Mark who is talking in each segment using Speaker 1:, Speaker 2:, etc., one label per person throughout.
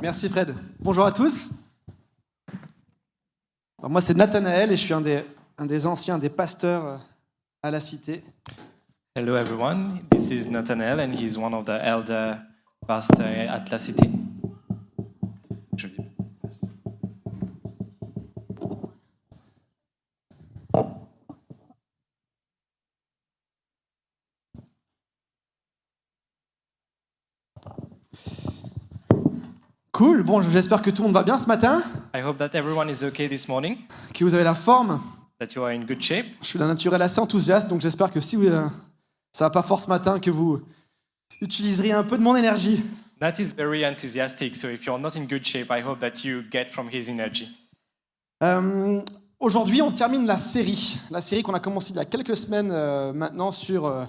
Speaker 1: Merci Fred. Bonjour à tous. Alors moi c'est Nathanaël et je suis un des, un des anciens, un des pasteurs euh, à la cité.
Speaker 2: Hello, everyone. This is Nathaniel, and he's one of the elder pastor at La Cité.
Speaker 1: Cool, bon j'espère que tout le monde va bien ce matin,
Speaker 2: I hope that everyone is okay this morning,
Speaker 1: que vous avez la forme.
Speaker 2: that you are in good shape.
Speaker 1: Je suis d'un naturel assez enthousiaste donc j'espère que si vous, euh, ça va pas fort ce matin, que vous utiliserez un peu de mon énergie.
Speaker 2: That is very enthusiastic. So if you're not in good shape, I hope that you get from his energy.
Speaker 1: Euh, Aujourd'hui, on termine la série, la série qu'on a commencée il y a quelques semaines euh, maintenant sur euh,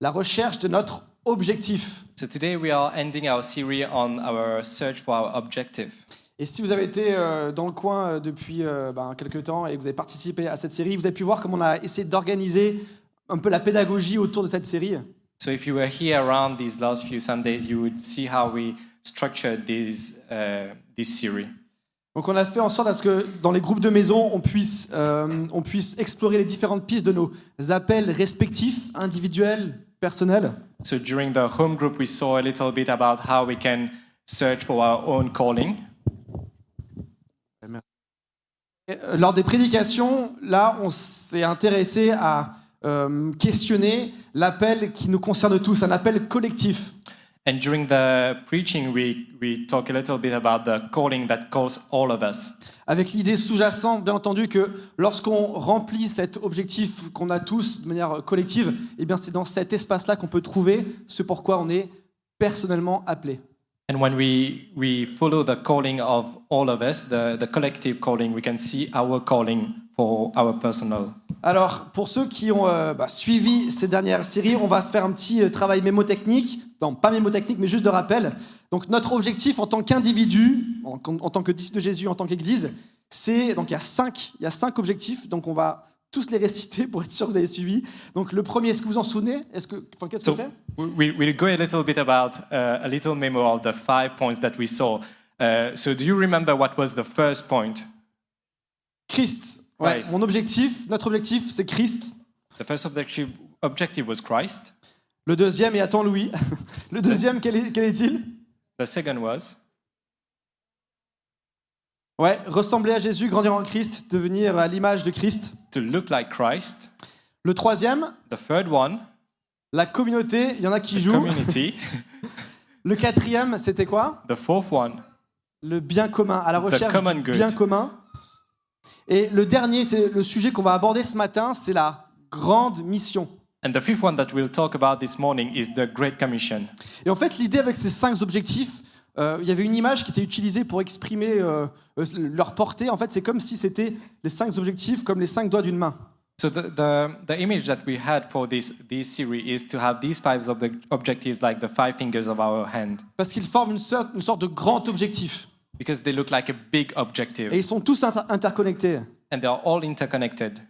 Speaker 1: la recherche de notre objectif.
Speaker 2: So today we are ending our series on our search for our objective.
Speaker 1: Et si vous avez été euh, dans le coin euh, depuis euh, ben, quelques temps et que vous avez participé à cette série, vous avez pu voir comment on a essayé d'organiser un peu la pédagogie autour de cette série.
Speaker 2: So if you were here around these last few Sundays, you would see how we structured this, uh, this series.
Speaker 1: Donc on a fait en sorte à ce que dans les groupes de maison, on puisse, euh, on puisse explorer les différentes pistes de nos appels respectifs, individuels, personnels.
Speaker 2: So during the home group, we saw a little bit about how we can search for our own calling.
Speaker 1: Et, euh, Lors des prédications, là, on s'est intéressé à euh, questionner l'appel qui nous concerne tous, un appel collectif.
Speaker 2: And during the preaching, we, we talk a little bit about the calling that calls all of us.
Speaker 1: Avec l'idée sous-jacente, bien entendu, que lorsqu'on remplit cet objectif qu'on a tous de manière collective, eh bien, c'est dans cet espace-là qu'on peut trouver ce pourquoi on est personnellement appelé.
Speaker 2: And when we, we follow the calling of all of us, the, the collective calling, we can see our calling for our personal.
Speaker 1: Alors, pour ceux qui ont euh, bah, suivi ces dernières séries, on va se faire un petit euh, travail mémotechnique. Non, pas mémotechnique, mais juste de rappel. Donc, notre objectif en tant qu'individu, en, en tant que disciple de Jésus, en tant qu'Église, c'est. Donc, il y, a cinq, il y a cinq objectifs. Donc, on va tous les réciter pour être sûr que vous avez suivi. Donc, le premier, est-ce que vous en souvenez Est-ce que. enfin, qu'est-ce que
Speaker 2: So
Speaker 1: c'est
Speaker 2: we, we- we'll go a little bit about uh, a little memo of the five points that we saw. Uh, so do you remember what was the first point?
Speaker 1: Christ. Ouais,
Speaker 2: Christ.
Speaker 1: mon objectif, notre objectif, c'est Christ.
Speaker 2: The first objective, objective was Christ.
Speaker 1: Le deuxième, et attends Louis, le deuxième, quel est- quel est-il
Speaker 2: The second was
Speaker 1: Ouais, ressembler à Jésus, grandir en Christ, devenir à l'image de Christ.
Speaker 2: to look like Christ.
Speaker 1: Le troisième,
Speaker 2: The third one,
Speaker 1: La communauté, il y en a qui
Speaker 2: the
Speaker 1: jouent.
Speaker 2: community.
Speaker 1: Le quatrième, c'était quoi
Speaker 2: the fourth one,
Speaker 1: Le bien commun, à la recherche
Speaker 2: common
Speaker 1: du
Speaker 2: good.
Speaker 1: bien commun. Et le dernier, c'est le sujet qu'on va aborder ce matin, c'est la grande mission.
Speaker 2: and the fifth one that we'll talk about this morning is the Great Commission.
Speaker 1: Et en fait, l'idée avec ces cinq objectifs, euh, il y avait une image qui était utilisée pour exprimer euh, euh, leur portée. En fait, c'est comme si c'était les cinq objectifs comme les cinq doigts d'une main.
Speaker 2: So the, the, the image that we had for this, this series is to have these five obje- objectives like the five fingers of our hand
Speaker 1: Parce qu'ils forment une sorte, une sorte de grand objectif.
Speaker 2: because they look like a big objective
Speaker 1: Et ils sont tous inter- interconnectés.
Speaker 2: and they are all interconnected.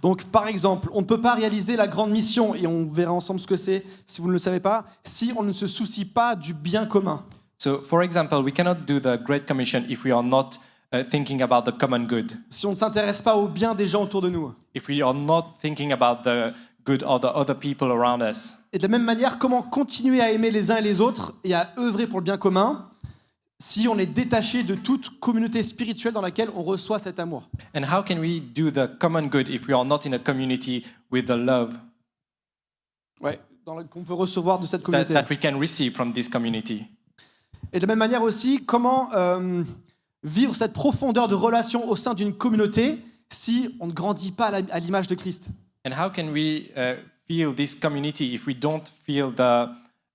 Speaker 1: Donc, par exemple, on ne peut pas réaliser la grande mission, et on verra ensemble ce que c'est, si vous ne le savez pas, si on ne se soucie pas du bien commun.
Speaker 2: So for example, we cannot do the Great Commission if we are not uh, thinking about the common good,
Speaker 1: Si on ne s'intéresse pas au bien des gens autour de nous.
Speaker 2: if we are not thinking about the good of the other people around us.
Speaker 1: Et de la même manière, comment continuer à aimer les uns et les autres et à œuvrer pour le bien commun si on est détaché de toute communauté spirituelle dans laquelle on reçoit cet amour
Speaker 2: And how can we do the common good if we are not in a community with the love
Speaker 1: ouais. dans le- qu'on peut recevoir de cette
Speaker 2: that,
Speaker 1: communauté
Speaker 2: that we can receive from this community?
Speaker 1: Et de la même manière aussi, comment euh, vivre cette profondeur de relation au sein d'une communauté si on ne grandit pas à la- à l'image de Christ
Speaker 2: And how can we uh, feel this community if we don't feel the,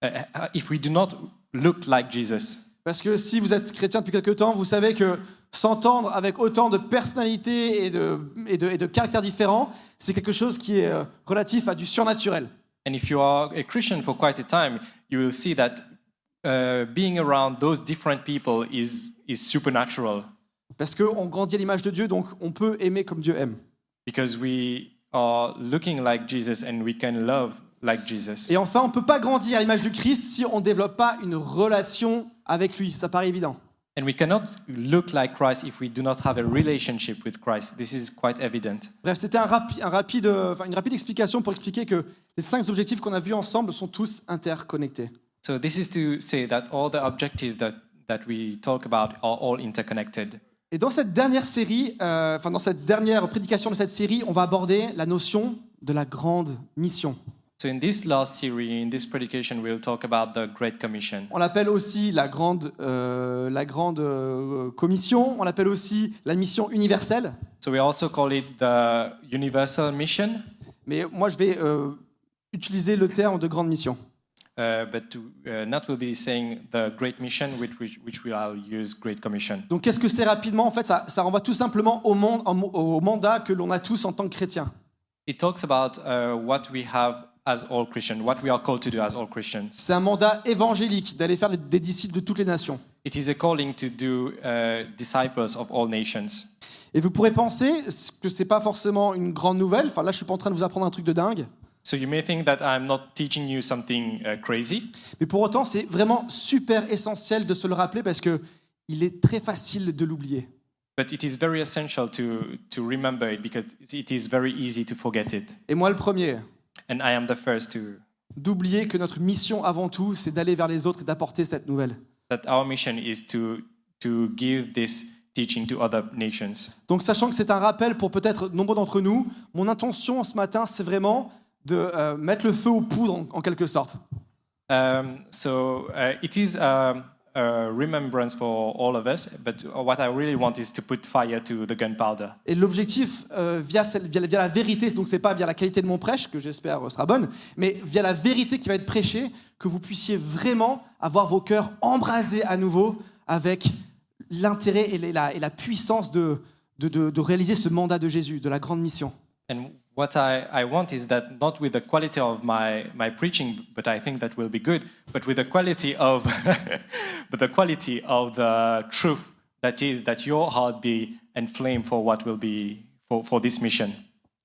Speaker 2: uh, uh, if we do not look like Jesus?
Speaker 1: Parce que si vous êtes chrétien depuis quelque temps, vous savez que s'entendre avec autant de personnalités et de, et de- et de caractères différents, c'est quelque chose qui est euh, relatif à du surnaturel.
Speaker 2: And if you are a Christian for quite a time, you will see that uh, being around those different people is, is supernatural
Speaker 1: Parce qu'on grandit à l'image de Dieu, donc on peut aimer comme Dieu aime.
Speaker 2: because we are looking like Jesus and we can love like Jesus.
Speaker 1: Et enfin, on ne peut pas grandir à l'image du Christ si on ne développe pas une relation avec lui. Ça paraît évident.
Speaker 2: And we cannot look like Christ if we do not have a relationship with Christ. This is quite evident.
Speaker 1: Bref, c'était un rapi- un rapide, euh, enfin, une rapide explication pour expliquer que les cinq objectifs qu'on a vus ensemble sont tous interconnectés.
Speaker 2: So, this is to say that all the objectives that, that we talk about are all interconnected.
Speaker 1: Et dans cette dernière série, euh, enfin dans cette dernière prédication de cette série, on va aborder la notion de la grande mission.
Speaker 2: So, in this last series, in this predication, we'll talk about the Great Commission.
Speaker 1: On l'appelle aussi la grande, euh, la grande euh, commission, on l'appelle aussi la mission universelle.
Speaker 2: So, we also call it the universal mission,
Speaker 1: Mais moi, je vais euh, utiliser le terme de grande mission.
Speaker 2: uh, but to, uh, Nat will be saying the Great Mission, which, which, which we will use Great Commission.
Speaker 1: Donc, qu'est-ce que c'est rapidement En fait, ça, ça renvoie tout simplement au, monde- au mandat que l'on a tous en tant que chrétien.
Speaker 2: It talks about uh, what we have as all Christians, what we are called to do as all Christians.
Speaker 1: C'est un mandat évangélique d'aller faire des disciples de toutes les nations.
Speaker 2: It is a calling to do uh, disciples of all nations.
Speaker 1: Et vous pourrez penser que c'est pas forcément une grande nouvelle. Enfin, là, je suis pas en train de vous apprendre un truc de dingue.
Speaker 2: So you may think that I'm not teaching you something uh, crazy,
Speaker 1: Mais pour autant, c'est vraiment super essentiel de se le rappeler parce que il est très facile de l'oublier.
Speaker 2: but it is very essential to, to remember it because it is very easy to forget it.
Speaker 1: Et moi, le premier,
Speaker 2: And I am the first to.
Speaker 1: d'oublier que notre mission avant tout, c'est d'aller vers les autres et d'apporter cette nouvelle.
Speaker 2: That our mission is to, to give this teaching to other nations.
Speaker 1: Donc, sachant que c'est un rappel pour peut-être nombreux d'entre nous, mon intention ce matin, c'est vraiment de euh, mettre le feu aux poudres en, en quelque sorte.
Speaker 2: Um, so uh, it is um, a remembrance for all of us, but what I really want is to put fire to the gunpowder.
Speaker 1: Et l'objectif, euh, via, celle- via, la- via la vérité, donc c'est pas via la qualité de mon prêche, que j'espère euh, sera bonne, mais via la vérité qui va être prêchée, que vous puissiez vraiment avoir vos cœurs embrasés à nouveau avec l'intérêt et les- la, et la puissance de, de, de- de réaliser ce mandat de Jésus, de la grande mission.
Speaker 2: And what I, I want is that not with the quality of my, my preaching, but I think that will be good, but with the quality of but the quality of the truth that is that your heart be inflamed for what will be for, for this mission.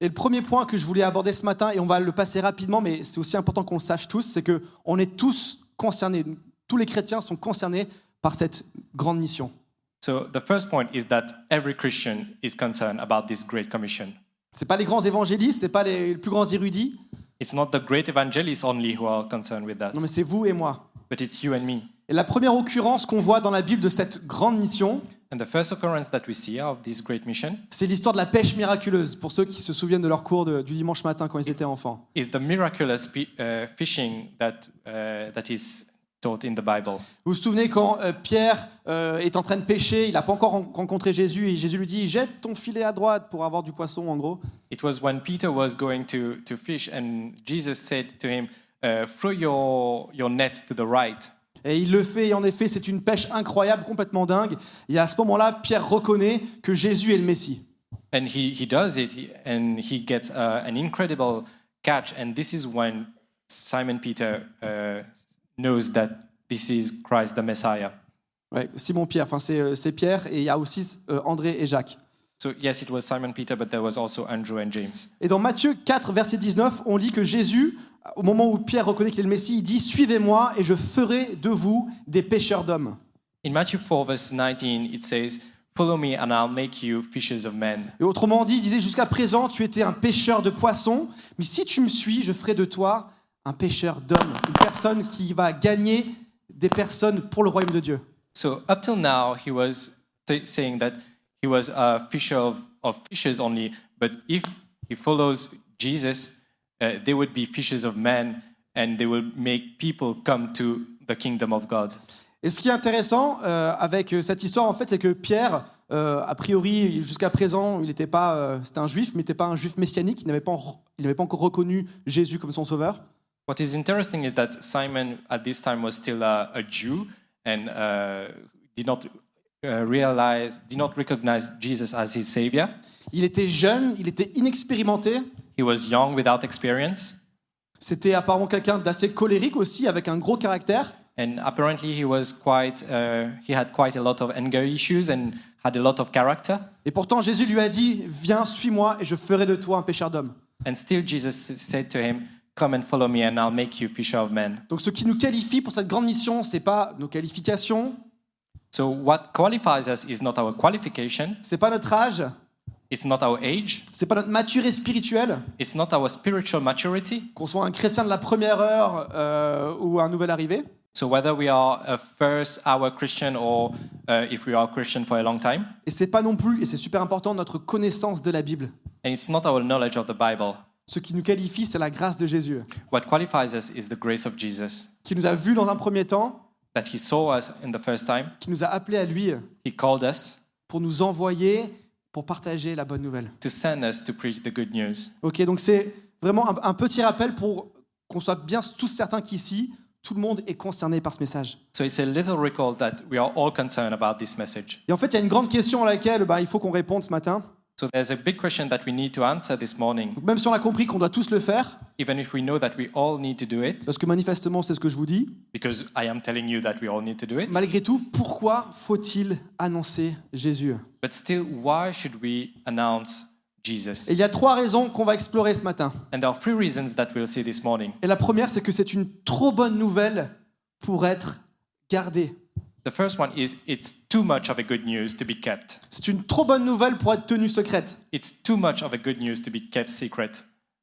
Speaker 1: Et le premier point que je voulais aborder ce matin, et on va le passer rapidement, mais c'est aussi important qu'on le sache tous, c'est que on est tous concernés, tous les chrétiens sont concernés par cette grande mission.
Speaker 2: So the first point is that every Christian is concerned about this great commission.
Speaker 1: C'est pas les grands évangélistes, c'est pas les plus grands érudits,
Speaker 2: It's not the great evangelists only who are concerned with that,
Speaker 1: non mais c'est vous et moi.
Speaker 2: but it's you and me.
Speaker 1: Et la première occurrence qu'on voit dans la Bible de cette grande mission,
Speaker 2: And the first occurrence that we see of this great mission
Speaker 1: c'est l'histoire de la pêche miraculeuse, pour ceux qui se souviennent de leur cours de- du dimanche matin quand ils étaient enfants.
Speaker 2: is the miraculous pe- uh, fishing that, uh, that is taught in the Bible.
Speaker 1: Vous vous souvenez quand euh, Pierre euh, est en train de pêcher, il n'a pas encore ren- rencontré Jésus, et Jésus lui dit « jette ton filet à droite pour avoir du poisson » en gros.
Speaker 2: It was when Peter was going to, to fish, and Jesus said to him, uh, Throw your, your net to the right.
Speaker 1: Et il le fait, et en effet, c'est une pêche incroyable, complètement dingue. Et à ce moment-là, Pierre reconnaît que Jésus est le Messie.
Speaker 2: And he, he does it, he- and he gets uh, an incredible catch. And this is when Simon Peter uh, knows that this is Christ the Messiah.
Speaker 1: Ouais, Simon Pierre, enfin c'est euh, c'est Pierre, et il y a aussi euh, André et Jacques.
Speaker 2: So, yes, it was Simon Peter, but there was also Andrew and James.
Speaker 1: Et dans Matthieu 4, verset 19, on lit que Jésus, au moment où Pierre reconnaît qu'il est le Messie, il dit Suivez-moi et je ferai de vous des pêcheurs d'hommes.
Speaker 2: In Matthew 4, verse 19, it says, Follow me, and I'll make you fishers of men.
Speaker 1: Et autrement dit, il disait Jusqu'à présent, tu étais un pêcheur de poissons, mais si tu me suis, je ferai de toi un pêcheur d'hommes, une personne qui va gagner des personnes pour le royaume de Dieu.
Speaker 2: So, up till now, he was t- saying that he was a fisher of, of fishes only, but if he follows Jesus, uh, they would be fishers of men, and they will make people come to the kingdom of God.
Speaker 1: Et ce qui est intéressant euh, avec euh, cette histoire, en fait, c'est que Pierre, euh, a priori, jusqu'à présent, il n'était pas, euh, c'était un juif, mais n'était pas un juif messianique. Il n'avait pas, en- il n'avait pas encore reconnu Jésus comme son sauveur.
Speaker 2: What is interesting is that Simon at this time was still a, a Jew and uh, did not uh, realize, did not recognize Jesus as his savior.
Speaker 1: Il était jeune, il était inexpérimenté.
Speaker 2: He was young without experience,
Speaker 1: C'était apparemment quelqu'un d'assez colérique aussi, avec un gros caractère.
Speaker 2: and apparently he was quite. Uh, he had quite a lot of anger issues and had a lot of character.
Speaker 1: Et pourtant, Jésus lui a dit Viens, suis-moi, et je ferai de toi un pécheur d'homme.
Speaker 2: And still, Jesus s- said to him, "Come and follow me, and I'll make you fisher of men."
Speaker 1: Donc, ce qui nous qualifie pour cette grande mission, c'est pas nos qualifications,
Speaker 2: So what qualifies us is not our qualification,
Speaker 1: C'est pas notre âge,
Speaker 2: it's not our age,
Speaker 1: c'est pas notre maturité spirituelle,
Speaker 2: it's not our spiritual maturity.
Speaker 1: qu'on soit un chrétien de la première heure euh, ou un nouvel arrivé.
Speaker 2: So whether we are a first hour Christian or uh, if we are Christian for a long time,
Speaker 1: Et c'est pas non plus, et c'est super important, notre connaissance de la Bible.
Speaker 2: and it's not our knowledge of the Bible.
Speaker 1: Ce qui nous qualifie, c'est la grâce de Jésus,
Speaker 2: What qualifies us is the grace of Jesus,
Speaker 1: qui nous a vus dans un premier temps,
Speaker 2: that He saw us in the first time,
Speaker 1: qui nous a appelés à lui
Speaker 2: He called us
Speaker 1: pour nous envoyer, pour partager la bonne nouvelle.
Speaker 2: to send us to preach the good news.
Speaker 1: Ok, donc c'est vraiment un, un petit rappel pour qu'on soit bien tous certains qu'ici, tout le monde est concerné par ce message.
Speaker 2: So it's a little recall that we are all concerned about this message.
Speaker 1: Et en fait, il y a une grande question à laquelle bah, il faut qu'on réponde ce matin.
Speaker 2: So there's a big question that we need to answer this morning,
Speaker 1: Donc, même si on a compris qu'on doit tous le faire,
Speaker 2: even if we know that we all need to do it,
Speaker 1: parce que manifestement, c'est ce que je vous dis,
Speaker 2: because I am telling you that we all need to do it.
Speaker 1: malgré tout, pourquoi faut-il annoncer Jésus
Speaker 2: But still, why should we announce Jesus?
Speaker 1: Et il y a trois raisons qu'on va explorer ce matin.
Speaker 2: And there are three reasons that we'll see this morning.
Speaker 1: Et la première, c'est que c'est une trop bonne nouvelle pour être gardée.
Speaker 2: The first one is it's too much of a good news to be kept.
Speaker 1: C'est une trop bonne nouvelle pour être tenue secrète.
Speaker 2: It's too much of a good news to be kept secret.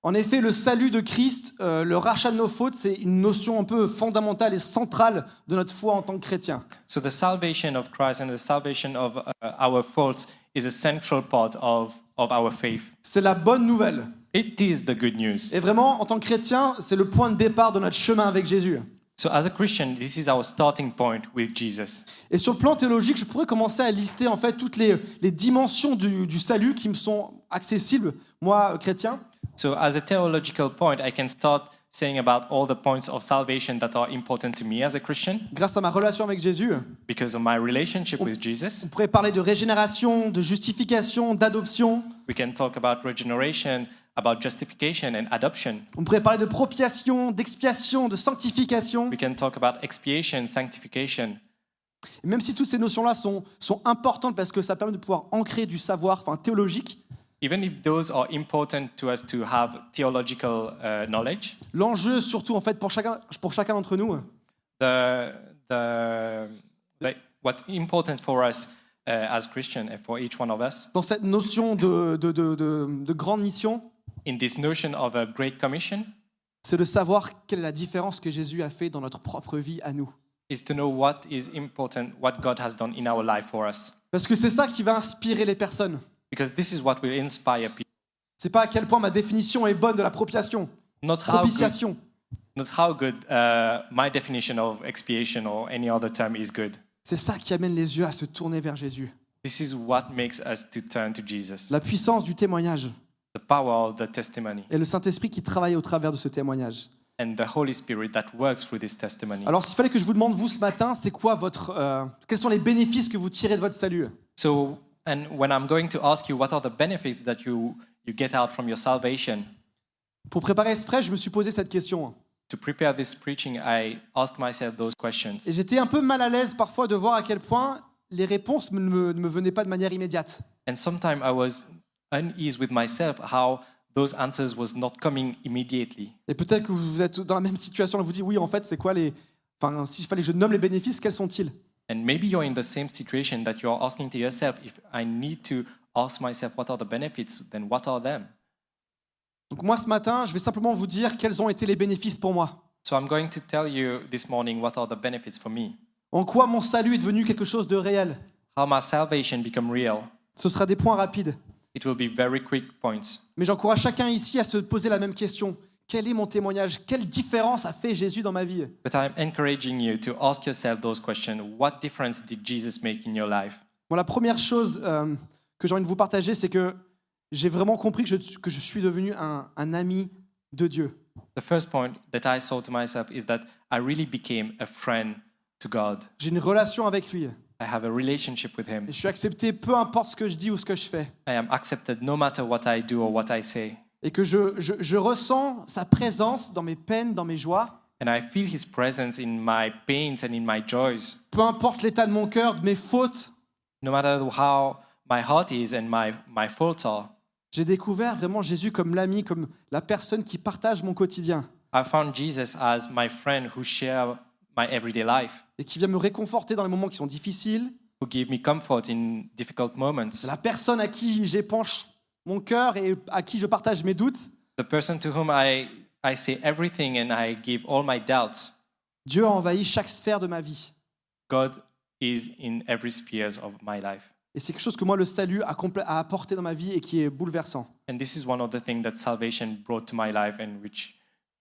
Speaker 1: En effet, le salut de Christ, euh, le rachat de nos fautes, c'est une notion un peu fondamentale et centrale de notre foi en tant que chrétien.
Speaker 2: So the salvation of Christ and the salvation of uh, our faults is a central part of, of our faith.
Speaker 1: C'est la bonne nouvelle.
Speaker 2: It is the good news.
Speaker 1: Et vraiment, en tant que chrétien, c'est le point de départ de notre chemin avec Jésus.
Speaker 2: So as a Christian, this is our starting point with Jesus.
Speaker 1: Et sur le plan théologique, je pourrais commencer à lister en fait toutes les, les dimensions du, du salut qui me sont accessibles, moi, chrétien.
Speaker 2: So as a theological point, I can start saying about all the points of salvation that are important to me as a Christian
Speaker 1: Grâce à ma relation avec Jésus,
Speaker 2: because of my relationship with Jesus.
Speaker 1: on pourrait parler de régénération, de justification, d'adoption.
Speaker 2: We can talk about regeneration, about justification and adoption.
Speaker 1: On pourrait parler de propiation, d'expiation, de sanctification.
Speaker 2: We can talk about expiation, sanctification.
Speaker 1: Et même si toutes ces notions-là sont, sont importantes parce que ça permet de pouvoir ancrer du savoir enfin, théologique,
Speaker 2: Even if those are important to us to have theological uh, knowledge,
Speaker 1: l'enjeu surtout en fait pour chacun, pour chacun d'entre nous,
Speaker 2: the, the, like, what's important for us uh, as Christian and for each one of us
Speaker 1: dans cette notion de, de, de- de- de grande mission,
Speaker 2: in this notion of a great commission
Speaker 1: c'est de savoir quelle est la différence que Jésus a fait dans notre propre vie à nous.
Speaker 2: is to know what is important, what God has done in our life for us.
Speaker 1: Parce que c'est ça qui va inspirer les personnes.
Speaker 2: Because this is what will inspire people.
Speaker 1: C'est pas à quel point ma définition est bonne de la propiation.
Speaker 2: Not how good
Speaker 1: Propitiation.
Speaker 2: not how good uh, my definition of expiation or any other term is good.
Speaker 1: C'est ça qui amène les yeux à se tourner vers Jésus.
Speaker 2: This is what makes us to turn to Jesus,
Speaker 1: La puissance du témoignage
Speaker 2: the power of the testimony,
Speaker 1: et le Saint-Esprit qui travaille au travers de ce témoignage.
Speaker 2: and the Holy Spirit that works through this testimony.
Speaker 1: Alors, s'il fallait que je vous demande, vous, ce matin, c'est quoi votre. euh, quels sont les bénéfices que vous tirez de votre salut
Speaker 2: So, and when I'm going to ask you what are the benefits that you, you get out from your salvation,
Speaker 1: Pour préparer ce prêt, je me suis posé cette question.
Speaker 2: to prepare this preaching, I ask myself those questions.
Speaker 1: Et j'étais un peu mal à l'aise parfois de voir à quel point les réponses ne me, ne me venaient pas de manière immédiate.
Speaker 2: And sometimes I was uneasy with myself how those answers was not coming immediately.
Speaker 1: Et peut-être que vous êtes dans la même situation et vous dites, oui, en fait, c'est quoi les. Enfin, s'il fallait que je nomme les bénéfices, quels sont-ils
Speaker 2: And maybe you're in the same situation that you're asking to yourself, if I need to ask myself what are the benefits, then what are them?
Speaker 1: Donc, moi, ce matin, je vais simplement vous dire quels ont été les bénéfices pour moi.
Speaker 2: So I'm going to tell you this morning what are the benefits for me,
Speaker 1: En quoi mon salut est devenu quelque chose de réel
Speaker 2: how my salvation become real.
Speaker 1: Ce sera des points rapides.
Speaker 2: It will be very quick points.
Speaker 1: Mais j'encourage chacun ici à se poser la même question. Quel est mon témoignage Quelle différence a fait Jésus dans ma vie
Speaker 2: But I'm encouraging you to ask yourself those questions. What difference did Jesus make in your life?
Speaker 1: Bon, La première chose euh, que j'ai envie de vous partager, c'est que j'ai vraiment compris que je, que je suis devenu un, un ami de Dieu.
Speaker 2: The first point that I saw to myself is that I really became a friend to God.
Speaker 1: J'ai une relation avec lui. Et
Speaker 2: I have a relationship with Him.
Speaker 1: je suis accepté peu importe ce que je dis ou ce que je fais.
Speaker 2: I am accepted no matter what I do or what I say.
Speaker 1: Et que je, je- je ressens sa présence dans mes peines, dans mes joies.
Speaker 2: And I feel His presence in my pains and in my joys.
Speaker 1: Peu importe l'état de mon cœur, de mes fautes.
Speaker 2: No matter how my heart is and my, my faults are,
Speaker 1: J'ai découvert vraiment Jésus comme l'ami, comme la personne qui partage mon quotidien.
Speaker 2: I found Jesus as my friend who share my everyday life.
Speaker 1: et qui vient me réconforter dans les moments qui sont difficiles.
Speaker 2: who give me comfort in difficult moments,
Speaker 1: C'est la personne à qui j'épanche mon cœur et à qui je partage mes doutes.
Speaker 2: the person to whom I, I say everything and I give all my doubts.
Speaker 1: Dieu a envahi chaque sphère de ma vie.
Speaker 2: God is in every sphere of my life.
Speaker 1: Et c'est quelque chose que moi, le salut a, complè- a apporté dans ma vie et qui est bouleversant.
Speaker 2: And this is one of the things that salvation brought to my life and which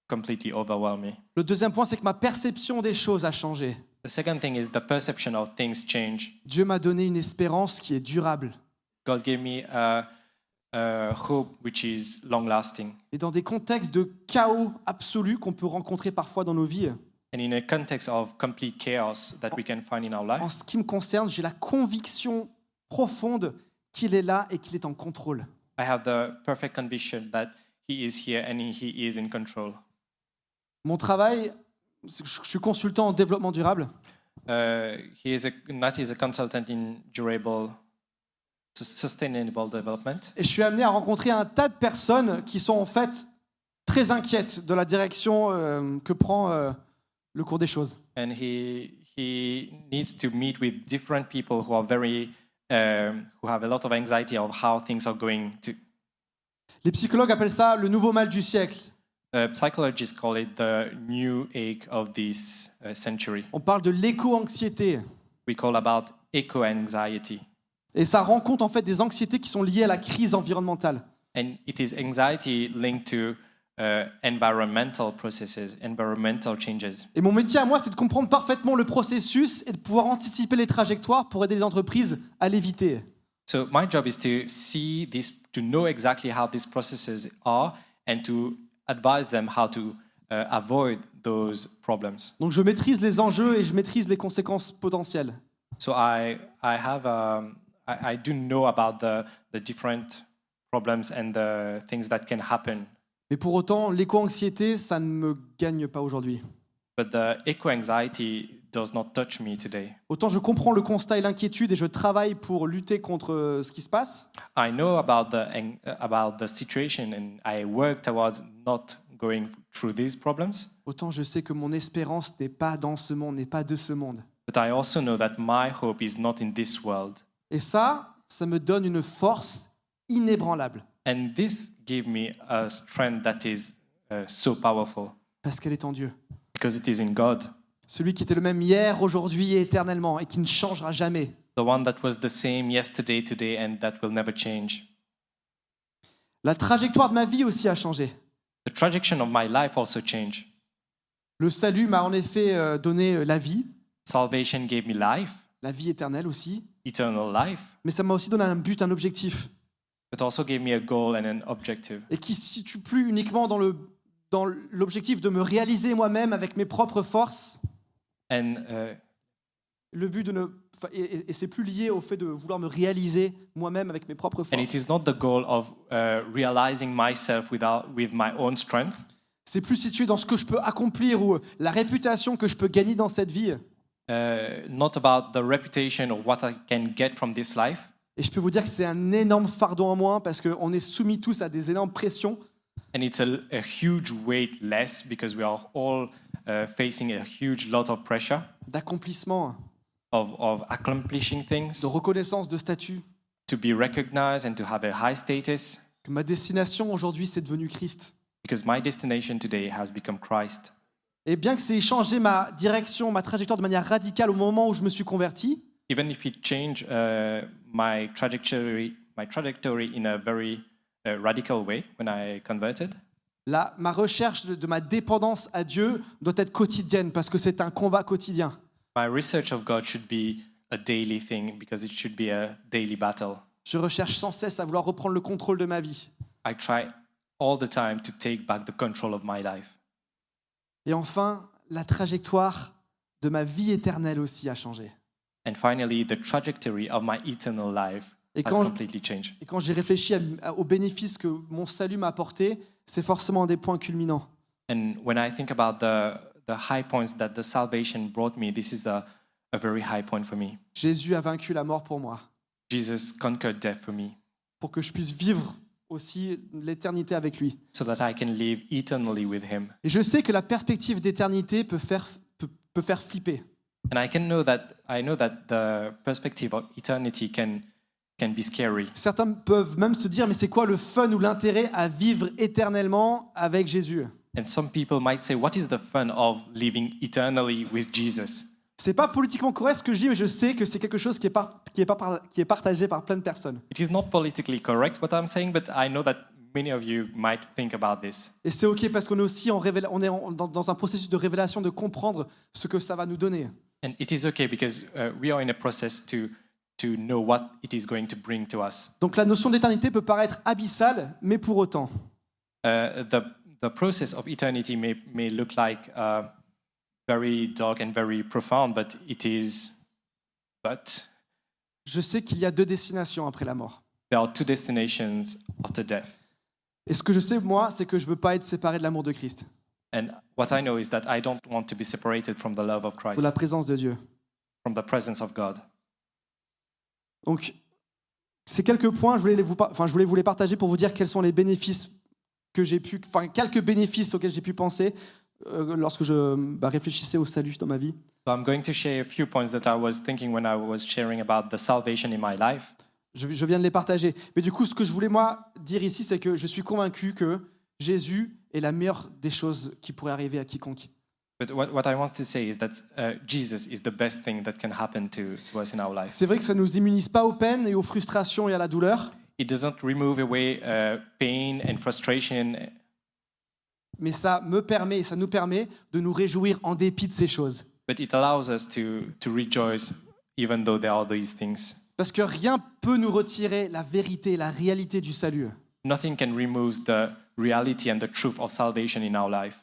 Speaker 2: completely overwhelmed me.
Speaker 1: Le deuxième point, c'est que ma perception des choses a changé.
Speaker 2: The second thing is the perception of things change.
Speaker 1: Dieu m'a donné une espérance qui est durable.
Speaker 2: God gave me a, a hope which is long lasting.
Speaker 1: Et dans des contextes de chaos absolu qu'on peut rencontrer parfois dans nos vies,
Speaker 2: And in a context of complete chaos that we can find in our
Speaker 1: en
Speaker 2: life,
Speaker 1: ce qui me concerne, j'ai la conviction profonde qu'il est là et qu'il est en contrôle.
Speaker 2: I have the perfect conviction that He is here and He is in control.
Speaker 1: Mon travail, c'est que je je suis consultant en développement durable.
Speaker 2: Uh, he is a, Nati is a consultant in durable, sus- sustainable development.
Speaker 1: Et je suis amené à rencontrer un tas de personnes qui sont en fait très inquiètes de la direction euh, que prend euh, le cours des choses.
Speaker 2: and he he needs to meet with different people who are very um, who have a lot of anxiety of how things are going to
Speaker 1: Les psychologues appellent ça le nouveau mal du siècle.
Speaker 2: uh, psychologists call it the new ache of this uh, century
Speaker 1: On parle de l'éco-anxiété.
Speaker 2: we call about eco anxiety
Speaker 1: Et ça rencontre en fait des anxiétés qui sont liées à la crise environnementale.
Speaker 2: and it is anxiety linked to uh, environmental processes environmental changes
Speaker 1: Et mon métier à moi, c'est de comprendre parfaitement le processus et de pouvoir anticiper les trajectoires pour aider les entreprises à l'éviter.
Speaker 2: so my job is to see this to know exactly how these processes are and to advise them how to uh, avoid those problems
Speaker 1: Donc je maîtrise les enjeux et je maîtrise les conséquences potentielles.
Speaker 2: So I I have um, I, I do know about the the different problems and the things that can happen.
Speaker 1: Mais pour autant, l'éco-anxiété, ça ne me gagne pas aujourd'hui.
Speaker 2: But the eco anxiety does not touch me today.
Speaker 1: Autant je comprends le constat et l'inquiétude et je travaille pour lutter contre euh, ce qui se passe,
Speaker 2: I know about the ang- about the situation and I work towards not going through these problems.
Speaker 1: autant je sais que mon espérance n'est pas dans ce monde, n'est pas de ce monde.
Speaker 2: But I also know that my hope is not in this world.
Speaker 1: Et ça, ça me donne une force inébranlable,
Speaker 2: And this gave me a strength that is uh, so powerful
Speaker 1: parce qu'elle est en Dieu.
Speaker 2: because it is in God,
Speaker 1: Celui qui était le même hier, aujourd'hui et éternellement, et qui ne changera jamais.
Speaker 2: the one that was the same yesterday, today, and that will never change.
Speaker 1: La trajectoire de ma vie aussi a changé.
Speaker 2: The trajectory of my life also changed.
Speaker 1: Le salut m'a en effet euh, donné euh, la vie,
Speaker 2: Salvation gave me life,
Speaker 1: la vie éternelle aussi,
Speaker 2: eternal life,
Speaker 1: mais ça m'a aussi donné un but, un objectif,
Speaker 2: but also gave me a goal and an objective
Speaker 1: et qui se situe plus uniquement dans le dans l'objectif de me réaliser moi-même avec mes propres forces.
Speaker 2: and uh,
Speaker 1: Le but de ne enfin, et, et- et c'est plus lié au fait de vouloir me réaliser moi-même avec mes propres
Speaker 2: and it
Speaker 1: forces.
Speaker 2: is not the goal of uh, realizing myself without with my own strength.
Speaker 1: C'est plus situé dans ce que je peux accomplir ou euh, la réputation que je peux gagner dans cette vie.
Speaker 2: Uh, not about the reputation or what I can get from this life.
Speaker 1: Et je peux vous dire que c'est un énorme fardeau en moins parce qu'on est soumis tous à des énormes pressions.
Speaker 2: And it's a, a huge weight less because we are all uh, facing a huge lot of pressure
Speaker 1: d'accomplissement,
Speaker 2: of, of accomplishing things,
Speaker 1: de reconnaissance, de statut.
Speaker 2: to be recognized and to have a high status.
Speaker 1: Que ma destination aujourd'hui, c'est devenu Christ.
Speaker 2: Because my destination today has become Christ.
Speaker 1: Et bien que c'est changé ma direction, ma trajectoire de manière radicale au moment où je me suis converti,
Speaker 2: even if it changed uh, my trajectory, my trajectory in a very uh, radical way when I converted,
Speaker 1: là, ma recherche de, de ma dépendance à Dieu doit être quotidienne parce que c'est un combat quotidien.
Speaker 2: my research of God should be a daily thing because it should be a daily battle.
Speaker 1: Je recherche sans cesse à vouloir reprendre le contrôle de ma vie.
Speaker 2: I try all the time to take back the control of my life.
Speaker 1: Et enfin, la trajectoire de ma vie éternelle aussi a changé.
Speaker 2: And finally, the trajectory of my eternal life
Speaker 1: Et
Speaker 2: has
Speaker 1: quand-
Speaker 2: completely changed.
Speaker 1: Et quand j'ai réfléchi à- à- aux bénéfices que mon salut m'a apporté, c'est forcément un des points culminants.
Speaker 2: And when I think about the, the high points that the salvation brought me, this is a, a very high point for me.
Speaker 1: Jésus a vaincu la mort pour moi.
Speaker 2: Jesus conquered death for me
Speaker 1: pour que je puisse vivre aussi l'éternité avec lui.
Speaker 2: so that I can live eternally with him.
Speaker 1: Et je sais que la perspective d'éternité peut faire, peut, peut faire flipper.
Speaker 2: And I can know that I know that the perspective of eternity can can be scary.
Speaker 1: Certains peuvent même se dire, mais c'est quoi le fun ou l'intérêt à vivre éternellement avec Jésus
Speaker 2: And some people might say, what is the fun of living eternally with Jesus?
Speaker 1: C'est pas politiquement correct ce que je dis, mais je sais que c'est quelque chose qui est, par- qui est pas par- qui est partagé par plein de personnes.
Speaker 2: It is not politically correct what I'm saying, but I know that many of you might think about this.
Speaker 1: Et c'est OK parce qu'on est aussi en révéla- on est en- dans, dans un processus de révélation, de comprendre ce que ça va nous donner.
Speaker 2: And it is okay because uh, we are in a process to to know what it is going to bring to us.
Speaker 1: Donc la notion d'éternité peut paraître abyssale, mais pour autant,
Speaker 2: Uh, the the process of eternity may may look like uh, very dark and very profound, but it is. But
Speaker 1: je sais qu'il y a deux destinations après la mort.
Speaker 2: there are two destinations after death,
Speaker 1: Et ce que je sais, moi, c'est que je veux pas être séparé de l'amour de Christ,
Speaker 2: and what I know is that I don't want to be separated from the love of Christ,
Speaker 1: de la présence de Dieu.
Speaker 2: from the presence of God.
Speaker 1: Donc, ces quelques points, je voulais, les vous, par- enfin, je voulais vous les partager pour vous dire quels sont les bénéfices que j'ai pu, enfin, quelques bénéfices auxquels j'ai pu penser euh, lorsque je bah, réfléchissais au salut dans ma vie.
Speaker 2: So I'm going to share a few points that I was thinking when I was sharing about the salvation in my life.
Speaker 1: Je, je viens de les partager. Mais du coup, ce que je voulais moi dire ici, c'est que je suis convaincu que Jésus est la meilleure des choses qui pourrait arriver à quiconque.
Speaker 2: But what, what I want to say is that uh, Jesus is the best thing that can happen to, to us in our life.
Speaker 1: C'est vrai que ça ne nous immunise pas aux peines et aux frustrations et à la douleur,
Speaker 2: It doesn't remove away uh, pain and frustration,
Speaker 1: mais ça me permet et ça nous permet de nous réjouir en dépit de ces choses.
Speaker 2: but it allows us to, to rejoice even though there are these things.
Speaker 1: Parce que rien peut nous retirer la vérité, la réalité du salut.
Speaker 2: Nothing can remove the reality and the truth of salvation in our life.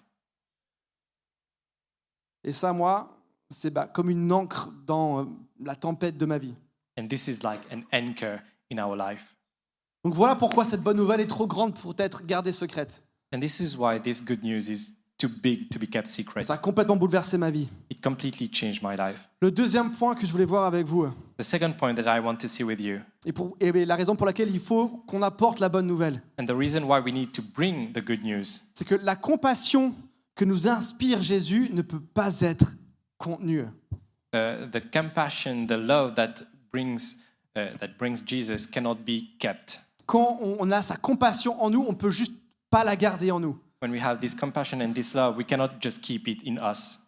Speaker 1: Et ça, moi, c'est bah, comme une encre dans euh, la tempête de ma vie.
Speaker 2: And this is like an anchor in our life.
Speaker 1: Donc voilà pourquoi cette bonne nouvelle est trop grande pour être gardée secrète.
Speaker 2: And this is why this good news is too big to be kept secret.
Speaker 1: Ça a complètement bouleversé ma vie.
Speaker 2: It completely changed my life.
Speaker 1: Le deuxième point que je voulais voir avec vous,
Speaker 2: The second point that I want to see with you,
Speaker 1: et, pour, et la raison pour laquelle il faut qu'on apporte la bonne nouvelle,
Speaker 2: and the reason why we need to bring the good news,
Speaker 1: c'est que la compassion que nous inspire Jésus ne peut pas être contenue.
Speaker 2: uh, the compassion, the love that brings uh, that brings Jesus cannot be kept.
Speaker 1: Quand on on a sa compassion en nous, on peut juste pas la garder en nous.
Speaker 2: When we have this compassion and this love, we cannot just keep it in us.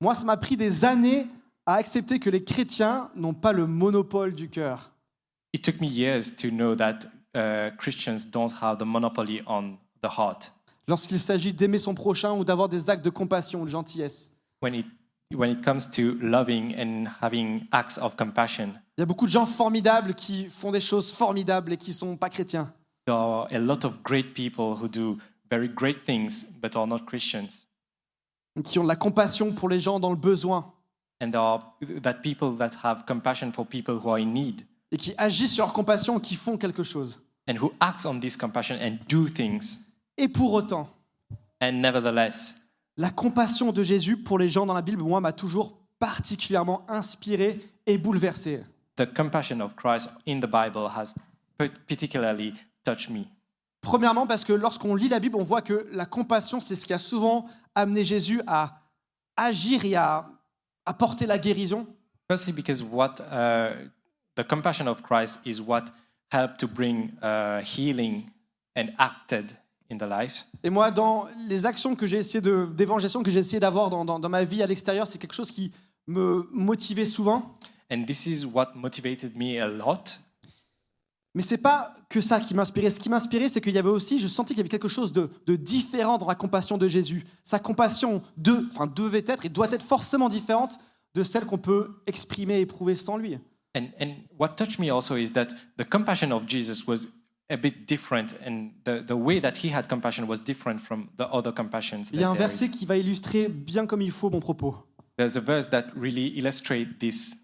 Speaker 1: Moi, ça m'a pris des années à accepter que les chrétiens n'ont pas le monopole du cœur.
Speaker 2: It took me years to know that uh, Christians don't have the monopoly on the heart.
Speaker 1: lorsqu'il s'agit d'aimer son prochain ou d'avoir des actes de compassion ou de gentillesse.
Speaker 2: When it when it comes to loving and having acts of compassion,
Speaker 1: Il y a beaucoup de gens formidables qui font des choses formidables et qui sont pas chrétiens.
Speaker 2: there are a lot of great people who do very great things but are not Christians.
Speaker 1: qui ont de la compassion pour les gens dans le besoin
Speaker 2: and there are that people that have compassion for people who are in need
Speaker 1: et qui agissent sur leur compassion, qui font quelque chose.
Speaker 2: and who acts on this compassion and do things
Speaker 1: Et pour autant,
Speaker 2: and nevertheless
Speaker 1: la compassion de Jésus pour les gens dans la Bible, moi, m'a toujours particulièrement inspiré et bouleversé.
Speaker 2: the compassion of christ in the bible has pat- particularly touched me
Speaker 1: Premièrement, parce que lorsqu'on lit la Bible, on voit que la compassion, c'est ce qui a souvent amené Jésus à agir et à apporter la guérison.
Speaker 2: firstly because what uh, the compassion of christ is what helped to bring uh, healing and acted in the life
Speaker 1: Et moi, dans les actions que j'ai essayé de, d'évangélisation que j'ai essayé d'avoir dans, dans- dans ma vie à l'extérieur, c'est quelque chose qui me motivait souvent.
Speaker 2: and this is what motivated me a lot
Speaker 1: Mais c'est pas que ça qui m'inspirait. Ce qui m'inspirait, c'est qu'il y avait aussi, je sentais qu'il y avait quelque chose de, de différent dans la compassion de Jésus. Sa compassion de, enfin, devait être et doit être forcément différente de celle qu'on peut exprimer et éprouver sans lui.
Speaker 2: And, and what touched me also is that the compassion of Jesus was a bit different, and the, the way that he had compassion was different from the other compassions.
Speaker 1: Il y a
Speaker 2: that
Speaker 1: un
Speaker 2: there is.
Speaker 1: verset qui va illustrer bien comme il faut mon propos.
Speaker 2: There's a verse that really illustrates this.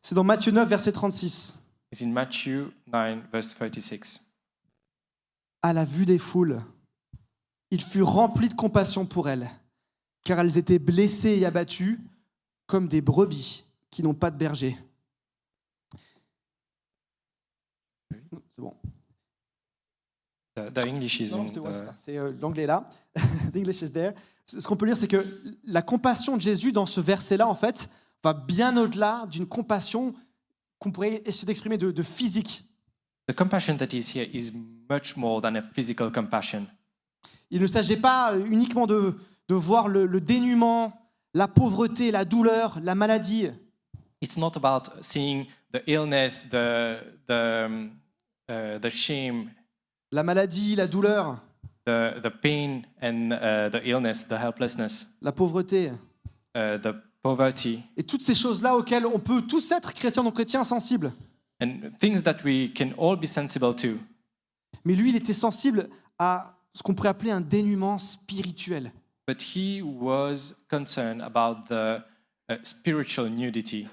Speaker 1: C'est dans Matthieu 9, verset 36.
Speaker 2: It's in Matthew 9, verse 36.
Speaker 1: à la vue des foules. Il fut rempli de compassion pour elles, car elles étaient blessées et abattues comme des brebis qui n'ont pas de berger. Non, C'est bon.
Speaker 2: The, the English is
Speaker 1: Non,
Speaker 2: in
Speaker 1: c'est- ouais, c'est
Speaker 2: the,
Speaker 1: ça. c'est euh, l'anglais est là. L'English is there. Ce ce qu'on peut lire, c'est que la compassion de Jésus dans ce verset-là, en fait, va bien au-delà d'une compassion qu'on pourrait essayer d'exprimer de, de physique.
Speaker 2: the compassion that is here is much more than a physical compassion.
Speaker 1: Il ne s'agit pas euh, uniquement de, de voir le, le dénuement, la pauvreté, la douleur, la maladie.
Speaker 2: It's not about seeing the illness, the the um, uh, the shame,
Speaker 1: La maladie, la douleur,
Speaker 2: the the pain, and uh, the illness, the helplessness,
Speaker 1: la pauvreté.
Speaker 2: uh, the poverty,
Speaker 1: Et toutes ces choses-là auxquelles on peut tous être, chrétiens non chrétiens, sensibles.
Speaker 2: and things that we can all be sensible to.
Speaker 1: Mais lui, il était sensible à ce qu'on pourrait appeler un dénuement spirituel.
Speaker 2: But he was concerned about the uh, spiritual nudity.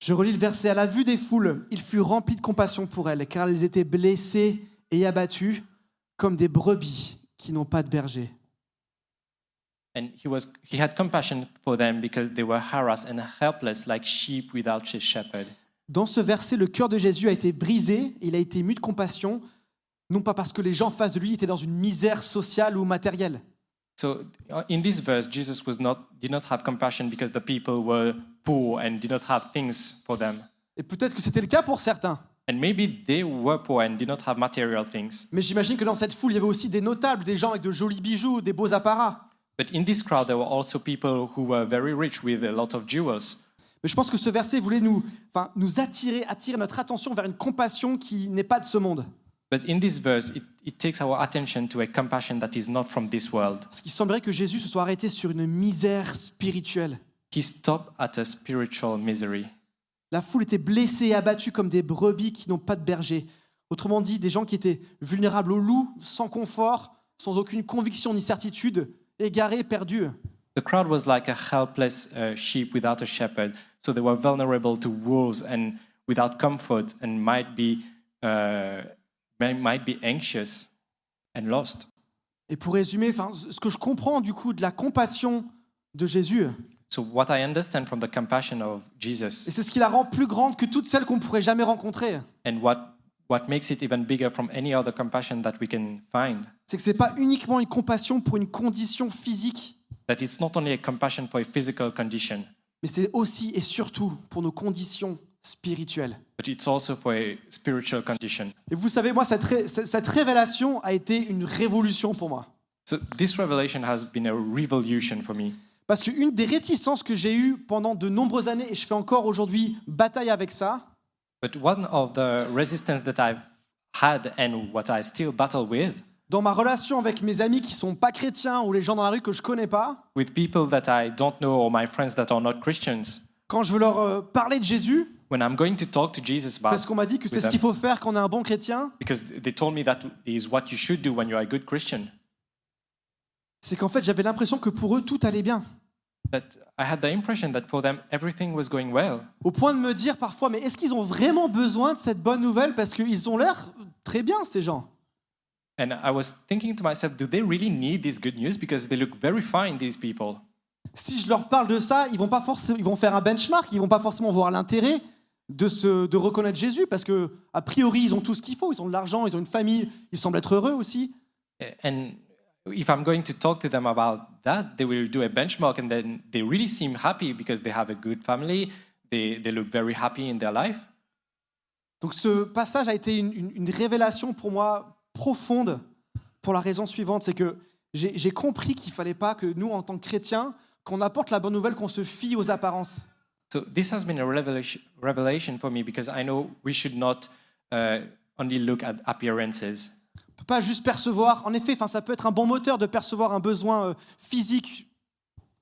Speaker 1: Je relis le verset. À la vue des foules, il fut rempli de compassion pour elles, car elles étaient blessées et abattues comme des brebis qui n'ont pas de berger.
Speaker 2: And he, was, he had compassion for them because they were harassed and helpless like sheep without a shepherd.
Speaker 1: Dans ce verset, le cœur de Jésus a été brisé, il a été mu de compassion, non pas parce que les gens en face de lui étaient dans une misère sociale ou matérielle,
Speaker 2: So uh, in this verse, Jesus was not, did not have compassion because the people were poor and did not have things for them.
Speaker 1: et peut-être que c'était le cas pour certains,
Speaker 2: And maybe they were poor and did not have material things.
Speaker 1: mais j'imagine que dans cette foule, il y avait aussi des notables, des gens avec de jolis bijoux, des beaux apparats.
Speaker 2: But in this crowd, there were also people who were very rich with a lot of jewels.
Speaker 1: Mais je pense que ce verset voulait nous, enfin, nous attirer, attirer notre attention vers une compassion qui n'est pas de ce monde.
Speaker 2: But in this verse, it, it takes our attention to a compassion that is not from this world.
Speaker 1: Parce qu'il semblerait que Jésus se soit arrêté sur une misère spirituelle.
Speaker 2: He stopped at a spiritual misery.
Speaker 1: La foule était blessée et abattue comme des brebis qui n'ont pas de berger. Autrement dit, des gens qui étaient vulnérables au loup, sans confort, sans aucune conviction ni certitude, égarés, perdus.
Speaker 2: The crowd was like a helpless uh, sheep without a shepherd, so they were vulnerable to wolves and without comfort, and might be uh, may- might be anxious and lost.
Speaker 1: Et pour résumer, enfin, ce que je comprends du coup de la compassion de Jésus,
Speaker 2: So what I understand from the compassion of Jesus,
Speaker 1: et c'est ce qui la rend plus grande que toutes celles qu'on pourrait jamais rencontrer,
Speaker 2: and what what makes it even bigger from any other compassion that we can find,
Speaker 1: c'est que ce n'est pas uniquement une compassion pour une condition physique,
Speaker 2: that it's not only a compassion for a physical condition,
Speaker 1: mais c'est aussi et surtout pour nos conditions spirituelles.
Speaker 2: but it's also for a spiritual condition.
Speaker 1: Et vous savez, moi, cette, ré- cette- cette révélation a été une révolution pour moi.
Speaker 2: So this revelation has been a revolution for me.
Speaker 1: Parce qu'une des réticences que j'ai eues pendant de nombreuses années, et je fais encore aujourd'hui bataille avec ça,
Speaker 2: But one of the resistance that I've had and what I still battle with,
Speaker 1: dans ma relation avec mes amis qui sont pas chrétiens ou les gens dans la rue que je connais pas,
Speaker 2: with people that I don't know or my friends that are not Christians,
Speaker 1: quand je veux leur euh, parler de Jésus,
Speaker 2: when I'm going to talk to Jesus about,
Speaker 1: parce qu'on m'a dit que c'est ce qu'il faut faire quand on est un bon chrétien,
Speaker 2: because they told me that is what you should do when you're a good Christian,
Speaker 1: c'est qu'en fait j'avais l'impression que pour eux tout allait bien.
Speaker 2: that I had the impression that for them everything was going well.
Speaker 1: Au point de me dire parfois, mais est-ce qu'ils ont vraiment besoin de cette bonne nouvelle Parce qu'ils ont l'air très bien, ces gens.
Speaker 2: And I was thinking to myself, do they really need this good news? Because they look very fine, these people.
Speaker 1: si je leur parle de ça, ils vont pas forcément, ils vont faire un benchmark, ils vont pas forcément voir l'intérêt de se, de reconnaître Jésus parce que a priori ils ont tout ce qu'il faut, ils ont de l'argent, ils ont une famille, ils semblent être heureux aussi.
Speaker 2: And if I'm going to talk to them about that, they will do a benchmark and then they really seem happy because they have a good family, they, they look very happy in their life.
Speaker 1: Donc ce passage a été une, une- une révélation pour moi profonde pour la raison suivante, c'est que j'ai j'ai compris qu'il fallait pas que nous en tant que chrétiens qu'on apporte la bonne nouvelle, qu'on se fie aux apparences.
Speaker 2: So this has been a revelation, revelation for me because I know we should not uh, only look at appearances.
Speaker 1: On peut pas juste percevoir. En effet, enfin ça peut être un bon moteur de percevoir un besoin euh, physique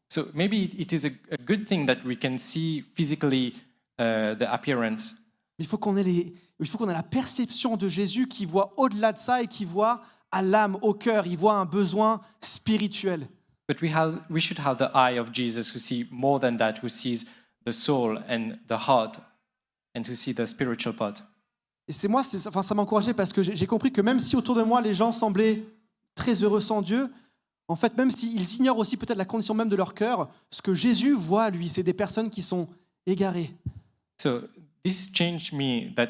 Speaker 2: So maybe it- it is a, a good thing that we can see physically uh, the appearance,
Speaker 1: Mais il faut qu'on ait, les- il faut qu'on ait la perception de Jésus qui voit au-delà de ça et qui voit à l'âme, au cœur, il voit un besoin spirituel.
Speaker 2: but we, have, we should have the eye of Jesus who see more than that, who sees the soul and the heart and who see the spiritual part.
Speaker 1: Et c'est moi, c'est- enfin, ça m'a encouragé parce que j'ai j'ai compris que même si autour de moi les gens semblaient très heureux sans Dieu, en fait, même s'ils ignorent aussi peut-être la condition même de leur cœur, ce que Jésus voit, lui, c'est des personnes qui sont égarées.
Speaker 2: So this changed me that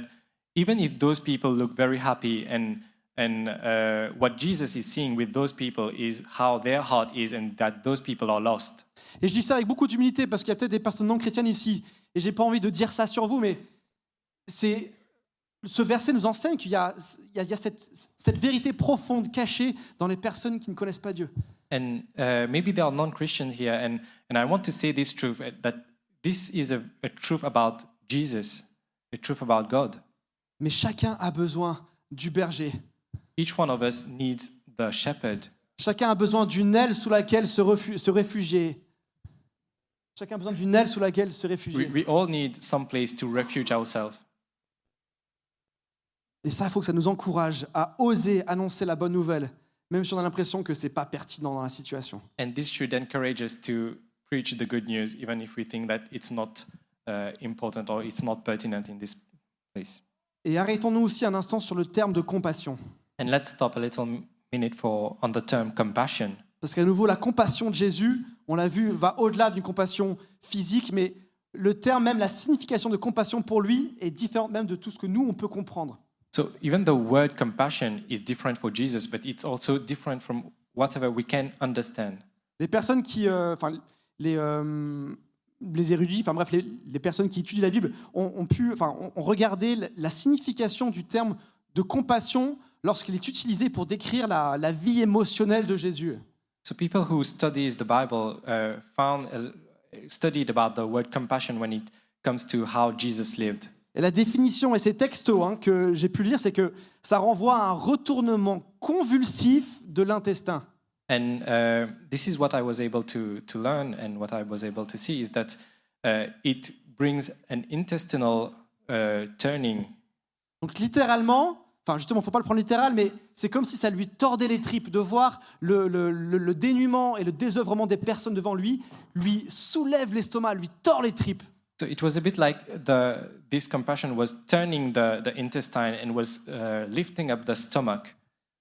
Speaker 2: even if those people look very happy and And uh, what Jesus is seeing with those people is how their heart is and that those people are lost.
Speaker 1: Et je dis ça avec beaucoup d'humilité parce qu'il y a peut-être des personnes non chrétiennes ici. Et j'ai pas envie de dire ça sur vous, mais c'est ce verset nous enseigne qu'il y a, il y a- il y a cette, cette vérité profonde cachée dans les personnes qui ne connaissent pas Dieu.
Speaker 2: And uh, maybe there are non Christian here, and, and I want to say this truth uh, that this is a, a truth about Jesus, a truth about God.
Speaker 1: Mais chacun a besoin du berger.
Speaker 2: Each one of us needs the shepherd.
Speaker 1: Chacun a besoin d'une aile sous laquelle se, refu- se réfugier. Chacun a besoin d'une aile sous laquelle se
Speaker 2: We,
Speaker 1: réfugier.
Speaker 2: we all need some place to refuge ourselves.
Speaker 1: Et ça, il faut que ça nous encourage à oser annoncer la bonne nouvelle, même si on a l'impression que c'est pas pertinent dans la situation.
Speaker 2: And this should encourage us to preach the good news, even if we think that it's not uh, important or it's not pertinent in this place.
Speaker 1: Et arrêtons-nous aussi un instant sur le terme de compassion.
Speaker 2: And let's stop a little m- minute for on the term compassion,
Speaker 1: Parce qu'à nouveau, la compassion de Jésus, on l'a vu, va au-delà d'une compassion physique, mais le terme même, la signification de compassion pour lui est différente même de tout ce que nous, on peut comprendre.
Speaker 2: So even the word compassion is different for Jesus, but it's also different from whatever we can understand.
Speaker 1: Les personnes qui... euh, Enfin, les... euh, les érudits, enfin bref, les, les personnes qui étudient la Bible ont, ont pu, enfin, ont, ont regardé la, la signification du terme de compassion lorsqu'il est utilisé pour décrire la, la vie émotionnelle de Jésus.
Speaker 2: So people who studies the Bible uh, found uh, studied about the word compassion when it comes to how Jesus lived.
Speaker 1: Et la définition et ces textos hein, que j'ai pu lire, c'est que ça renvoie à un retournement convulsif de l'intestin.
Speaker 2: And uh, this is what I was able to, to learn and what I was able to see is that uh, it brings an intestinal uh, turning.
Speaker 1: Donc littéralement, enfin justement, faut pas le prendre littéral, mais c'est comme si ça lui tordait les tripes de voir le, le- le- le dénuement et le désœuvrement des personnes devant lui, lui soulève l'estomac, lui tord les tripes.
Speaker 2: So it was a bit like the, this compassion was turning the, the intestine and was uh, lifting up the stomach.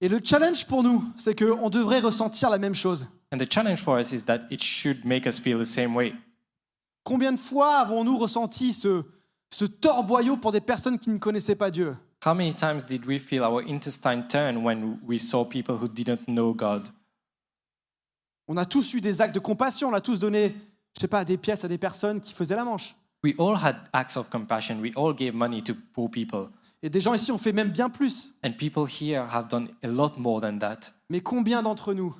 Speaker 1: Et le challenge pour nous, c'est qu'on devrait ressentir la même chose.
Speaker 2: And the challenge for us is that it should make us feel the same way.
Speaker 1: Combien de fois avons-nous ressenti ce, ce torboyau pour des personnes qui ne connaissaient pas Dieu
Speaker 2: How many times did we feel our intestine turn when we saw people who didn't know God?
Speaker 1: On a tous eu des actes de compassion, on a tous donné, je sais pas, des pièces à des personnes qui faisaient la manche.
Speaker 2: We all had acts of compassion. We all gave money to poor people.
Speaker 1: Et des gens ici ont fait même bien plus.
Speaker 2: And people here have done a lot more than that.
Speaker 1: Mais combien d'entre nous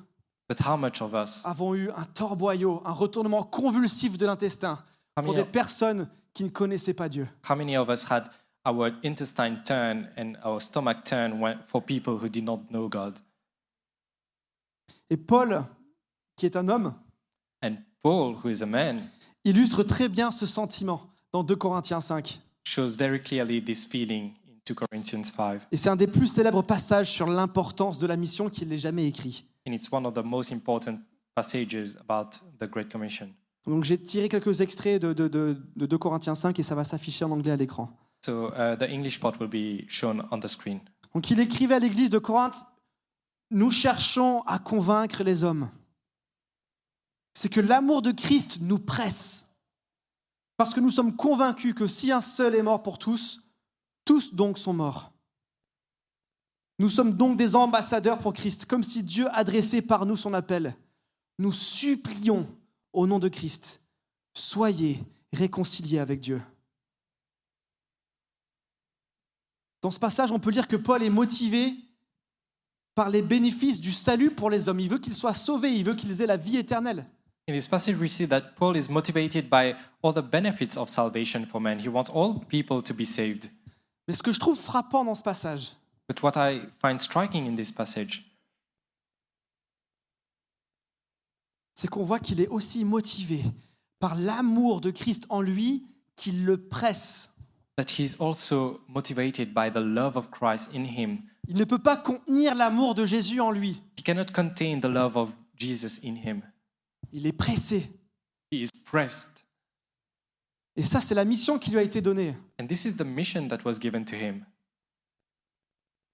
Speaker 2: But how much of us?
Speaker 1: avons eu un torboyau, un retournement convulsif de l'intestin
Speaker 2: How
Speaker 1: pour
Speaker 2: many,
Speaker 1: des personnes qui ne connaissaient pas Dieu
Speaker 2: how many of us had our intestine turn and our stomach turn when, for people who did not know God?
Speaker 1: Et Paul, qui est un homme,
Speaker 2: And Paul, who is a man,
Speaker 1: illustre très bien ce sentiment dans 2 Corinthiens 5.
Speaker 2: shows very clearly this feeling in 2 Corinthians 5.
Speaker 1: Et c'est un des plus célèbres passages sur l'importance de la mission qu'il n'ait jamais écrit.
Speaker 2: And it's one of the most important passages about the Great Commission.
Speaker 1: Donc j'ai tiré quelques extraits de, de- de- de 2 Corinthiens 5 et ça va s'afficher en anglais à l'écran.
Speaker 2: So uh, the English part will be shown on the screen.
Speaker 1: Donc il écrivait à l'église de Corinthe, nous cherchons à convaincre les hommes. C'est que l'amour de Christ nous presse. Parce que nous sommes convaincus que si un seul est mort pour tous, tous donc sont morts. Nous sommes donc des ambassadeurs pour Christ, comme si Dieu adressait par nous son appel. Nous supplions au nom de Christ, soyez réconciliés avec Dieu. Dans ce passage, on peut lire que Paul est motivé par les bénéfices du salut pour les hommes. Il veut qu'ils soient sauvés, il veut qu'ils aient la vie éternelle.
Speaker 2: In this passage, we see that Paul is motivated by all the benefits of salvation for men. He wants all people to be saved.
Speaker 1: Mais ce que je trouve frappant dans ce passage,
Speaker 2: But what I find striking in this passage
Speaker 1: c'est qu'on voit qu'il est aussi motivé par l'amour de Christ en lui qu'il le presse.
Speaker 2: that he's also motivated by the love of Christ in him.
Speaker 1: Il ne peut pas contenir l'amour de Jésus en lui.
Speaker 2: He cannot contain the love of Jesus in him.
Speaker 1: Il est pressé.
Speaker 2: He is pressed.
Speaker 1: Et ça, c'est la mission qui lui a été donnée.
Speaker 2: And this is the mission that was given to him.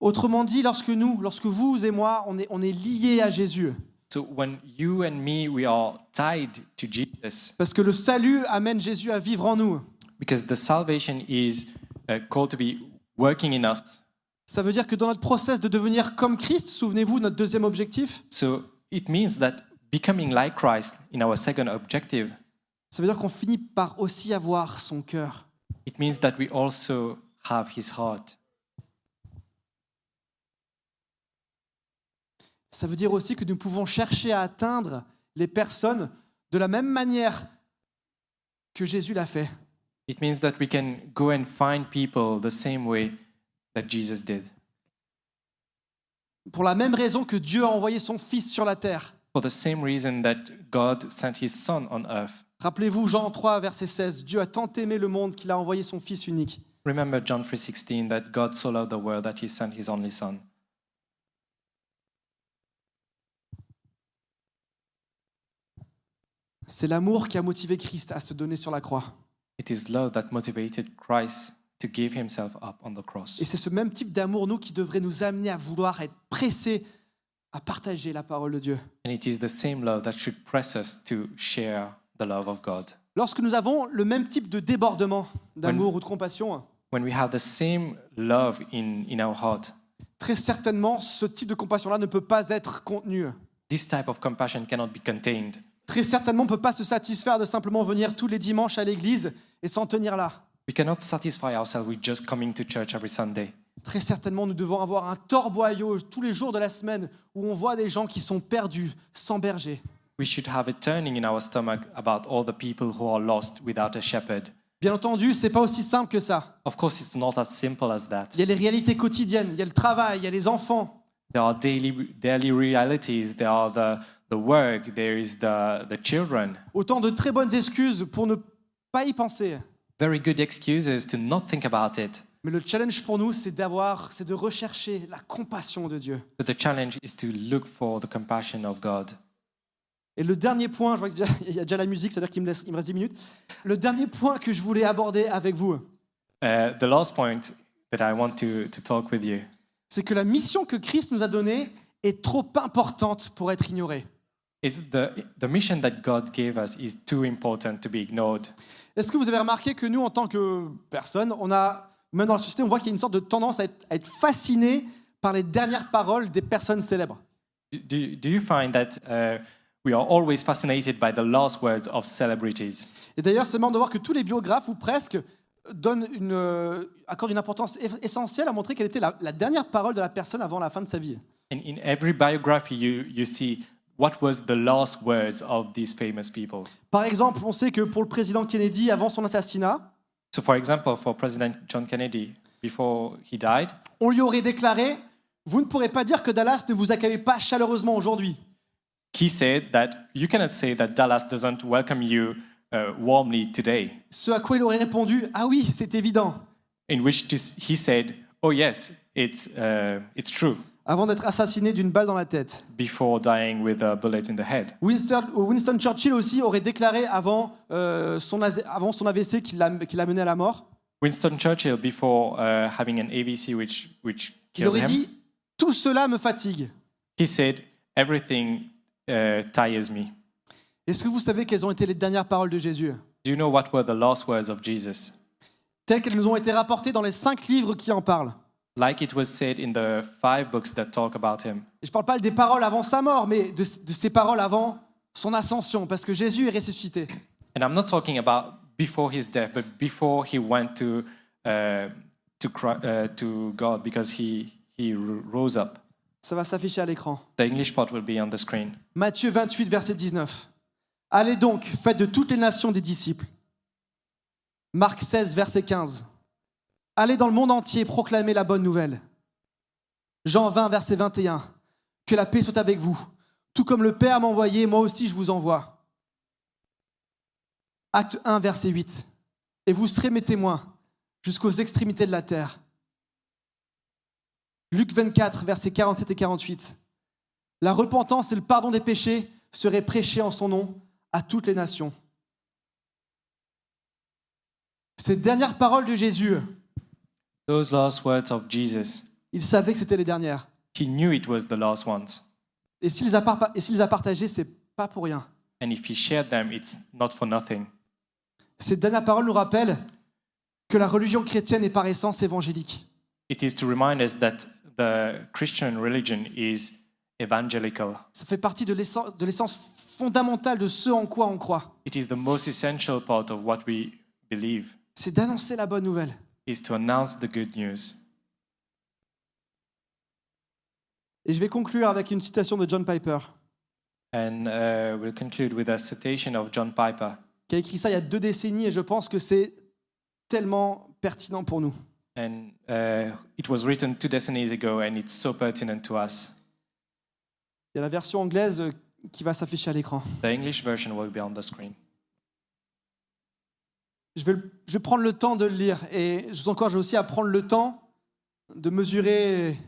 Speaker 1: Autrement dit, lorsque nous, lorsque vous et moi, on est, on est liés à Jésus,
Speaker 2: So when you and me we are tied to Jesus
Speaker 1: parce que le salut amène Jésus à vivre en nous,
Speaker 2: because the salvation is uh, called to be working in us
Speaker 1: Ça veut dire que dans notre process de devenir comme Christ, souvenez-vous, notre deuxième objectif,
Speaker 2: So it means that becoming like Christ in our second objective,
Speaker 1: ça veut dire qu'on finit par aussi avoir son cœur.
Speaker 2: it means that we also have his heart.
Speaker 1: Ça veut dire aussi que nous pouvons chercher à atteindre les personnes de la même manière que Jésus l'a fait.
Speaker 2: It means that we can go and find people the same way that Jesus did.
Speaker 1: Pour la même raison que Dieu a envoyé son Fils sur la terre.
Speaker 2: For the same reason that God sent his son on earth.
Speaker 1: Rappelez-vous Jean 3, verset 16, Dieu a tant aimé le monde qu'il a envoyé son Fils unique.
Speaker 2: Remember John 3:16 that God so loved the world that he sent his only son.
Speaker 1: C'est l'amour qui a motivé Christ à se donner sur la croix.
Speaker 2: It is love that motivated Christ to give himself up on the
Speaker 1: Et
Speaker 2: cross.
Speaker 1: c'est ce même type d'amour, nous, qui devrait nous amener à vouloir être pressés à partager la parole de Dieu.
Speaker 2: And it is the same love that should press us to share the love of God.
Speaker 1: Lorsque nous avons le même type de débordement d'amour ou de compassion,
Speaker 2: When we have the same love in, in our heart,
Speaker 1: très certainement, ce type de compassion-là ne peut pas être contenu.
Speaker 2: this type of compassion cannot be contained.
Speaker 1: Très certainement, on ne peut pas se satisfaire de simplement venir tous les dimanches à l'église et s'en tenir là.
Speaker 2: We cannot satisfy ourselves with just coming to church every Sunday.
Speaker 1: Très certainement, nous devons avoir un torboyau tous les jours de la semaine où on voit des gens qui sont perdus, sans berger.
Speaker 2: We should have a turning in our stomach about all the people who are lost without a shepherd.
Speaker 1: Bien entendu, c'est pas aussi simple que ça.
Speaker 2: Of course, it's not as simple as that.
Speaker 1: Il y a les réalités quotidiennes, il y a le travail, il y a les enfants.
Speaker 2: There are daily, daily realities, there are the, the work, there is the, the children.
Speaker 1: Autant de très bonnes excuses pour ne pas y penser.
Speaker 2: Very good excuses to not think about it.
Speaker 1: Mais le challenge pour nous, c'est d'avoir, c'est de rechercher la compassion de Dieu.
Speaker 2: But the challenge is to look for the compassion of God.
Speaker 1: Et le dernier point, je vois qu'il y a déjà la musique, c'est-à-dire qu'il me, laisse- il me reste 10 minutes. Le dernier point que je voulais aborder avec vous,
Speaker 2: Uh, the last point that I want to, to talk with you
Speaker 1: c'est que la mission que Christ nous a donnée est trop importante pour être ignorée.
Speaker 2: is the, the mission that God gave us is too important to be ignored.
Speaker 1: Est-ce que vous avez remarqué que nous, en tant que personnes, on a, même dans la société, on voit qu'il y a une sorte de tendance à être, à être fasciné par les dernières paroles des personnes célèbres
Speaker 2: Do, do, do you find that uh, we are always fascinated by the last words of celebrities?
Speaker 1: Et d'ailleurs, c'est marrant de voir que tous les biographes, ou presque, donnent une, euh, accordent une importance eff- essentielle à montrer quelle était la, la dernière parole de la personne avant la fin de sa vie.
Speaker 2: In, in every biography, you, you see what was the last words of these famous people.
Speaker 1: Par exemple, on sait que pour le président Kennedy, avant son assassinat,
Speaker 2: So, for example, for President John Kennedy, before he died,
Speaker 1: on lui aurait déclaré Vous ne pourrez pas dire que Dallas ne vous accueille pas chaleureusement aujourd'hui.
Speaker 2: he said that you cannot say that Dallas doesn't welcome you uh, warmly today.
Speaker 1: Ce à quoi il aurait répondu Ah oui, c'est évident.
Speaker 2: In which this, he said, "Oh yes, it's uh, it's true."
Speaker 1: Avant d'être assassiné d'une balle dans la tête.
Speaker 2: Before dying with a bullet in the head,
Speaker 1: Winston, euh, Winston Churchill aussi aurait déclaré avant, euh, son, AZ avant son AVC qu'il l'a qu'il l'a mené à la mort.
Speaker 2: Winston Churchill, before uh, having an AVC which which
Speaker 1: Il
Speaker 2: killed
Speaker 1: aurait
Speaker 2: him,
Speaker 1: dit Tout cela me fatigue.
Speaker 2: he said, "Everything uh, tires me."
Speaker 1: Est-ce que vous savez quelles ont été les dernières paroles de Jésus
Speaker 2: Do you know what were the last words of Jesus?
Speaker 1: Telles qu'elles nous ont été rapportées dans les cinq livres qui en parlent.
Speaker 2: Like it was said in the five books that talk about him.
Speaker 1: Et je ne parle pas des paroles avant sa mort, mais de, de ses paroles avant son ascension, parce que Jésus est ressuscité.
Speaker 2: And I'm not talking about before his death, but before he went to uh, to Chri- uh, to God because he he r- rose up.
Speaker 1: Ça va s'afficher à l'écran.
Speaker 2: The English part will be on the screen.
Speaker 1: Matthieu 28, verset 19. Allez donc, faites de toutes les nations des disciples. Marc 16, verset 15. Allez dans le monde entier, proclamez la bonne nouvelle. Jean 20, verset 21. Que la paix soit avec vous. Tout comme le Père m'a envoyé, moi aussi je vous envoie. Acte 1, verset 8. Et vous serez mes témoins jusqu'aux extrémités de la terre. Luc 24, versets 47 et 48. La repentance et le pardon des péchés seraient prêchés en son nom à toutes les nations. Ces dernières paroles de Jésus,
Speaker 2: Those last words of Jesus,
Speaker 1: il savait que c'était les dernières.
Speaker 2: he knew it was the last ones,
Speaker 1: Et s'il les a, par- et s'il les a partagées, c'est pas pour rien.
Speaker 2: and if he shared them, it's not for nothing.
Speaker 1: Ces dernières paroles nous rappellent que la religion chrétienne est par essence évangélique.
Speaker 2: it is to remind us that the Christian religion is evangelical.
Speaker 1: Ça fait partie de l'essence de l'essence fondamentale de ce en quoi on croit.
Speaker 2: It is the most essential part of what we believe
Speaker 1: C'est d'annoncer la bonne nouvelle.
Speaker 2: is to announce the good news.
Speaker 1: Et je vais conclure avec une citation de John Piper,
Speaker 2: And uh, we'll conclude with a citation of John Piper.
Speaker 1: qui a écrit ça il y a deux décennies et je pense que c'est tellement pertinent pour nous.
Speaker 2: And uh, it was written two decades ago, and it's so pertinent to us.
Speaker 1: Il y a la version anglaise euh, qui va s'afficher à l'écran.
Speaker 2: The English version will be on the screen.
Speaker 1: Je vais, le- je vais prendre le temps de le lire et je vous encourage aussi à prendre le temps de mesurer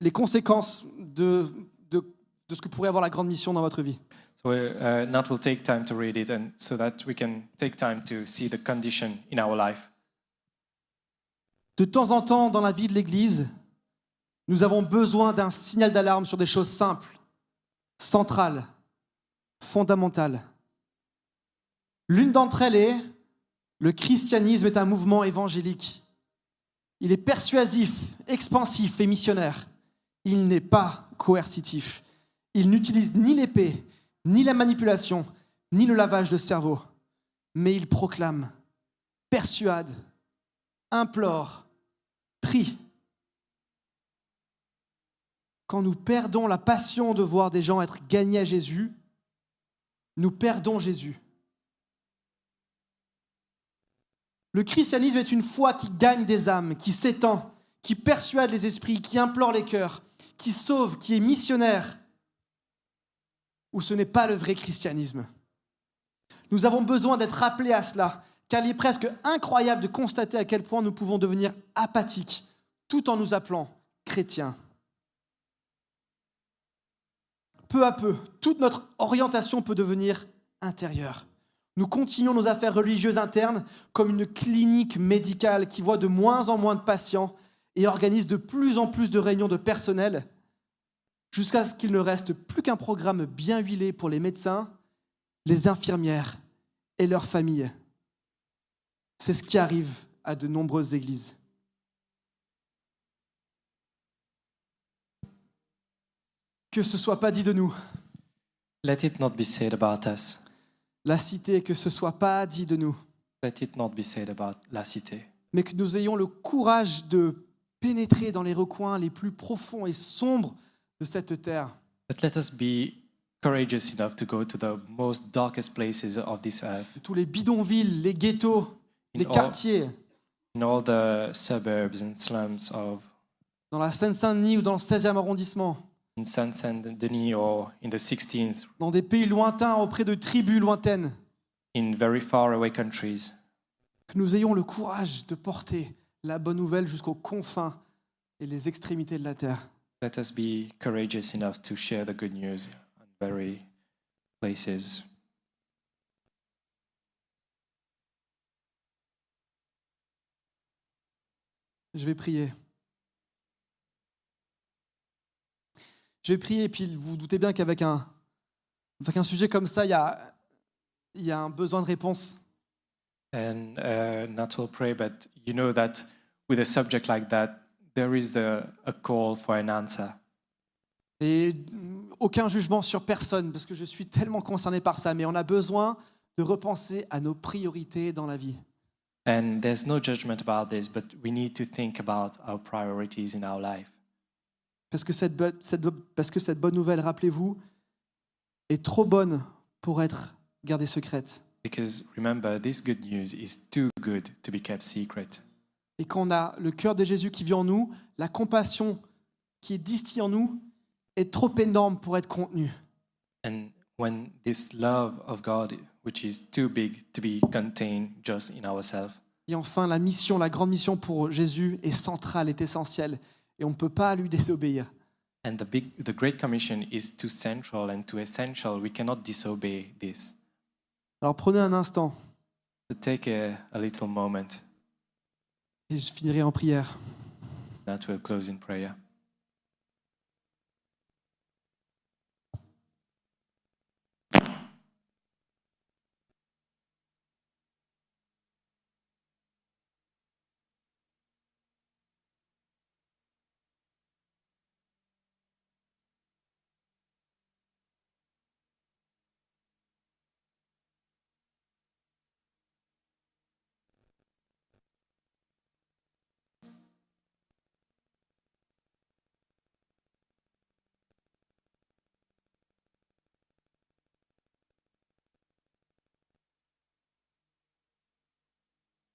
Speaker 1: les conséquences de, de, de ce que pourrait avoir la grande mission dans votre vie.
Speaker 2: So uh, Nat will take time to read it, and so that we can take time to see the condition in our life.
Speaker 1: De temps en temps, dans la vie de l'Église, nous avons besoin d'un signal d'alarme sur des choses simples, centrales, fondamentales. L'une d'entre elles est le christianisme est un mouvement évangélique. Il est persuasif, expansif et missionnaire. Il n'est pas coercitif. Il n'utilise ni l'épée, ni la manipulation, ni le lavage de cerveau. Mais il proclame, persuade, implore, prie. Quand nous perdons la passion de voir des gens être gagnés à Jésus, nous perdons Jésus. Le christianisme est une foi qui gagne des âmes, qui s'étend, qui persuade les esprits, qui implore les cœurs, qui sauve, qui est missionnaire, ou ce n'est pas le vrai christianisme. Nous avons besoin d'être rappelés à cela, car il est presque incroyable de constater à quel point nous pouvons devenir apathiques tout en nous appelant chrétiens. Peu à peu, toute notre orientation peut devenir intérieure. Nous continuons nos affaires religieuses internes comme une clinique médicale qui voit de moins en moins de patients et organise de plus en plus de réunions de personnel jusqu'à ce qu'il ne reste plus qu'un programme bien huilé pour les médecins les infirmières et leurs familles. C'est ce qui arrive à de nombreuses églises. Que ce soit pas dit de nous,
Speaker 2: Let it not be said about us.
Speaker 1: la cité, que ce soit pas dit de nous,
Speaker 2: Let it not be said about La Cité.
Speaker 1: mais que nous ayons le courage de pénétrer dans les recoins les plus profonds et sombres de cette terre
Speaker 2: But let us be courageous enough to go to the most darkest places of this earth,
Speaker 1: tous les bidonvilles, les ghettos,
Speaker 2: in,
Speaker 1: les
Speaker 2: all,
Speaker 1: quartiers,
Speaker 2: in all the suburbs and slums of
Speaker 1: dans la Seine-Saint-Denis ou dans le 16e arrondissement,
Speaker 2: in Saint Saint Denis or in the 16th,
Speaker 1: dans des pays lointains auprès de tribus lointaines.
Speaker 2: in very faraway countries.
Speaker 1: que nous ayons le courage de porter la bonne nouvelle jusqu'aux confins et les extrémités de la terre.
Speaker 2: Let us be courageous enough to share the good news in very places.
Speaker 1: Je vais prier. Je vais prier, et puis vous vous doutez bien qu'avec un, avec un sujet comme ça, il y a, il y a un besoin de réponse.
Speaker 2: And uh, not will pray, but you know that with a subject like that, there is the, a call for an answer.
Speaker 1: Et aucun jugement sur personne, parce que je suis tellement concerné par ça, mais on a besoin de repenser à nos priorités dans la vie.
Speaker 2: And there's no judgment about this, but we need to think about our priorities in our life.
Speaker 1: Parce que cette, bo- cette bo- parce que cette bonne nouvelle, rappelez-vous, est trop bonne pour être gardée secrète.
Speaker 2: Because remember, this good news is too good to be kept secret.
Speaker 1: Et quand on a le cœur de Jésus qui vit en nous, la compassion qui est distillée en nous est trop énorme pour être contenue.
Speaker 2: And when this love of God, which is too big to be contained just in ourselves,
Speaker 1: Et enfin, la mission, la grande mission pour Jésus est centrale, est essentielle. Et on ne peut pas lui désobéir.
Speaker 2: and the, big, the Great Commission is too central and too essential, we cannot disobey this.
Speaker 1: Alors prenez un instant
Speaker 2: So take a, a little moment
Speaker 1: et je finirai en prière.
Speaker 2: that we'll close in prayer.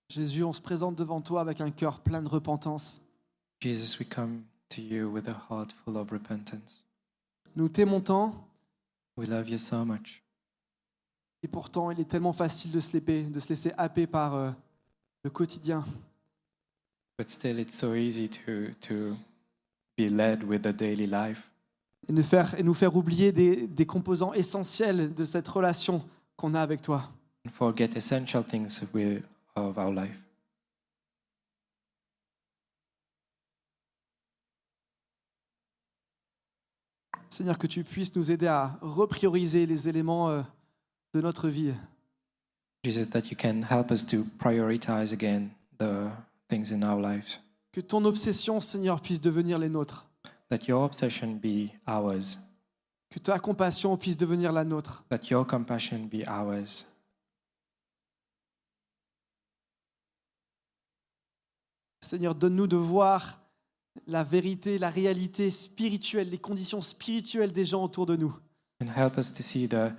Speaker 1: Jésus, on se présente devant toi avec un cœur plein de repentance.
Speaker 2: Jesus, we come to you with a heart full of repentance.
Speaker 1: Nous t'aimons tant,
Speaker 2: We love you so much.
Speaker 1: et pourtant il est tellement facile de se, léper, de se laisser happer par euh, le quotidien.
Speaker 2: But still, it's so easy to, to be led with the daily life
Speaker 1: et nous faire, et nous faire oublier des, des composants essentiels de cette relation qu'on a avec toi.
Speaker 2: and forget essential things with, of our life.
Speaker 1: Seigneur, que tu puisses nous aider à reprioriser les éléments euh, de notre vie.
Speaker 2: Jesus, that you can help us to prioritize again the things in our lives,
Speaker 1: Que ton obsession, Seigneur, puisse devenir les nôtres.
Speaker 2: that your obsession be ours,
Speaker 1: Que ta compassion puisse devenir la nôtre.
Speaker 2: that your compassion be ours.
Speaker 1: Seigneur, donne-nous de voir la vérité, la réalité spirituelle, les conditions spirituelles des gens autour de nous.
Speaker 2: and help us to see the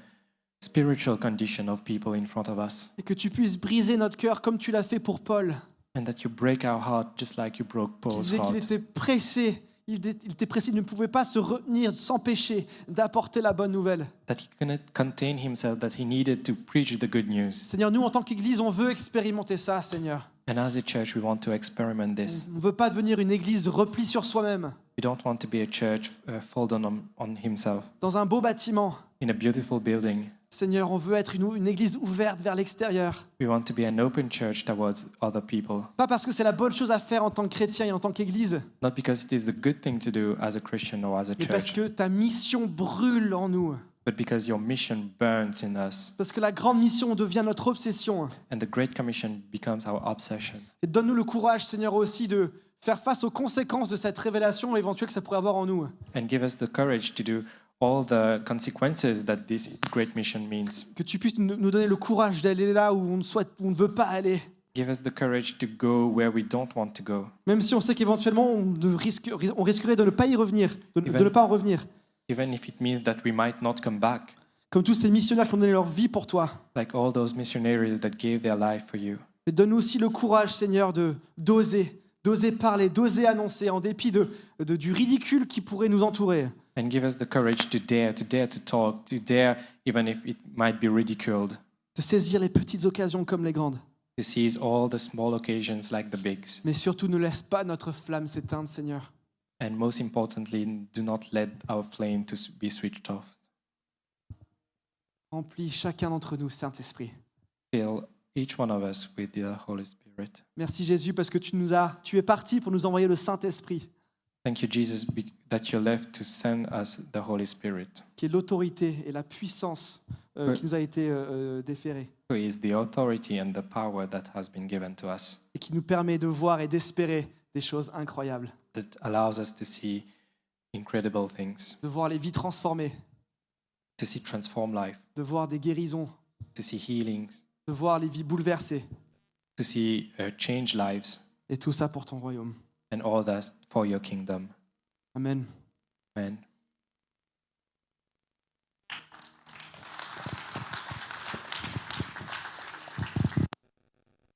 Speaker 2: spiritual condition of people in front of us,
Speaker 1: Et que tu puisses briser notre cœur comme tu l'as fait pour Paul.
Speaker 2: and that you break our heart just like you broke
Speaker 1: qui
Speaker 2: Paul's
Speaker 1: disait qu'il
Speaker 2: heart.
Speaker 1: était pressé, il, dé- il était pressé, il ne pouvait pas se retenir, s'empêcher d'apporter la bonne nouvelle.
Speaker 2: That he couldn't contain himself, that he needed to preach the good news.
Speaker 1: Seigneur, nous, en tant qu'Église, on veut expérimenter ça, Seigneur.
Speaker 2: And as a church, we want to experiment this.
Speaker 1: On ne veut pas devenir une Église replie sur soi-même,
Speaker 2: We don't want to be a church uh, folded on, on himself
Speaker 1: dans un beau bâtiment.
Speaker 2: in a beautiful building.
Speaker 1: Seigneur, on veut être une, une Église ouverte vers l'extérieur.
Speaker 2: We want to be an open church towards other people,
Speaker 1: Pas parce que c'est la bonne chose à faire en tant que chrétien et en tant qu'Église,
Speaker 2: not because it is the good thing to do as a Christian or as a
Speaker 1: mais parce
Speaker 2: church,
Speaker 1: que ta mission brûle en nous.
Speaker 2: but because your mission burns in us,
Speaker 1: Parce que la grande mission devient notre obsession.
Speaker 2: and the Great Commission becomes our obsession.
Speaker 1: Et donne-nous le courage, Seigneur, aussi de faire face aux conséquences de cette révélation éventuelle que ça pourrait avoir en nous.
Speaker 2: and give us the courage to do all the consequences that this great mission means.
Speaker 1: que tu puisses nous nous donner le courage d'aller là où on ne souhaite, où on ne veut pas aller,
Speaker 2: Give us the courage to go where we don't want to go,
Speaker 1: même si on sait qu'éventuellement on, ne risque- on risquerait de ne pas y revenir, de, de
Speaker 2: Amen.
Speaker 1: ne pas en revenir.
Speaker 2: even if it means that we might not come back,
Speaker 1: Comme tous ces missionnaires qui ont donné leur vie pour toi.
Speaker 2: like all those missionaries that gave their life for you.
Speaker 1: Et donne-nous aussi le courage, Seigneur, de d'oser, d'oser parler, d'oser annoncer, en dépit de, de- du ridicule qui pourrait nous entourer.
Speaker 2: And give us the courage to dare, to dare to talk, to dare, even if it might be ridiculed,
Speaker 1: De saisir les petites occasions comme les grandes.
Speaker 2: to seize all the small occasions like the bigs.
Speaker 1: Mais surtout, ne laisse pas notre flamme s'éteindre, Seigneur.
Speaker 2: And most importantly, do not let our flame to s- be switched off.
Speaker 1: Remplis chacun d'entre nous, Saint-Esprit.
Speaker 2: Fill each one of us with the Holy Spirit.
Speaker 1: Merci Jésus parce que tu nous as, tu es parti pour nous envoyer le Saint-Esprit.
Speaker 2: Thank you, Jesus, be- that you left to send us the Holy Spirit,
Speaker 1: qui est l'autorité et la puissance euh,
Speaker 2: Ouais.
Speaker 1: qui nous a été euh, euh, déférée
Speaker 2: who is the authority and the power that has been given to us,
Speaker 1: et qui nous permet de voir et d'espérer des choses incroyables,
Speaker 2: that allows us to see incredible things,
Speaker 1: de voir les vies transformées,
Speaker 2: to see transformed life,
Speaker 1: de voir des guérisons,
Speaker 2: to see healings,
Speaker 1: de voir les vies bouleversées
Speaker 2: to see uh, change lives,
Speaker 1: et tout ça pour ton royaume.
Speaker 2: and all that for your kingdom.
Speaker 1: Amen.
Speaker 2: Amen.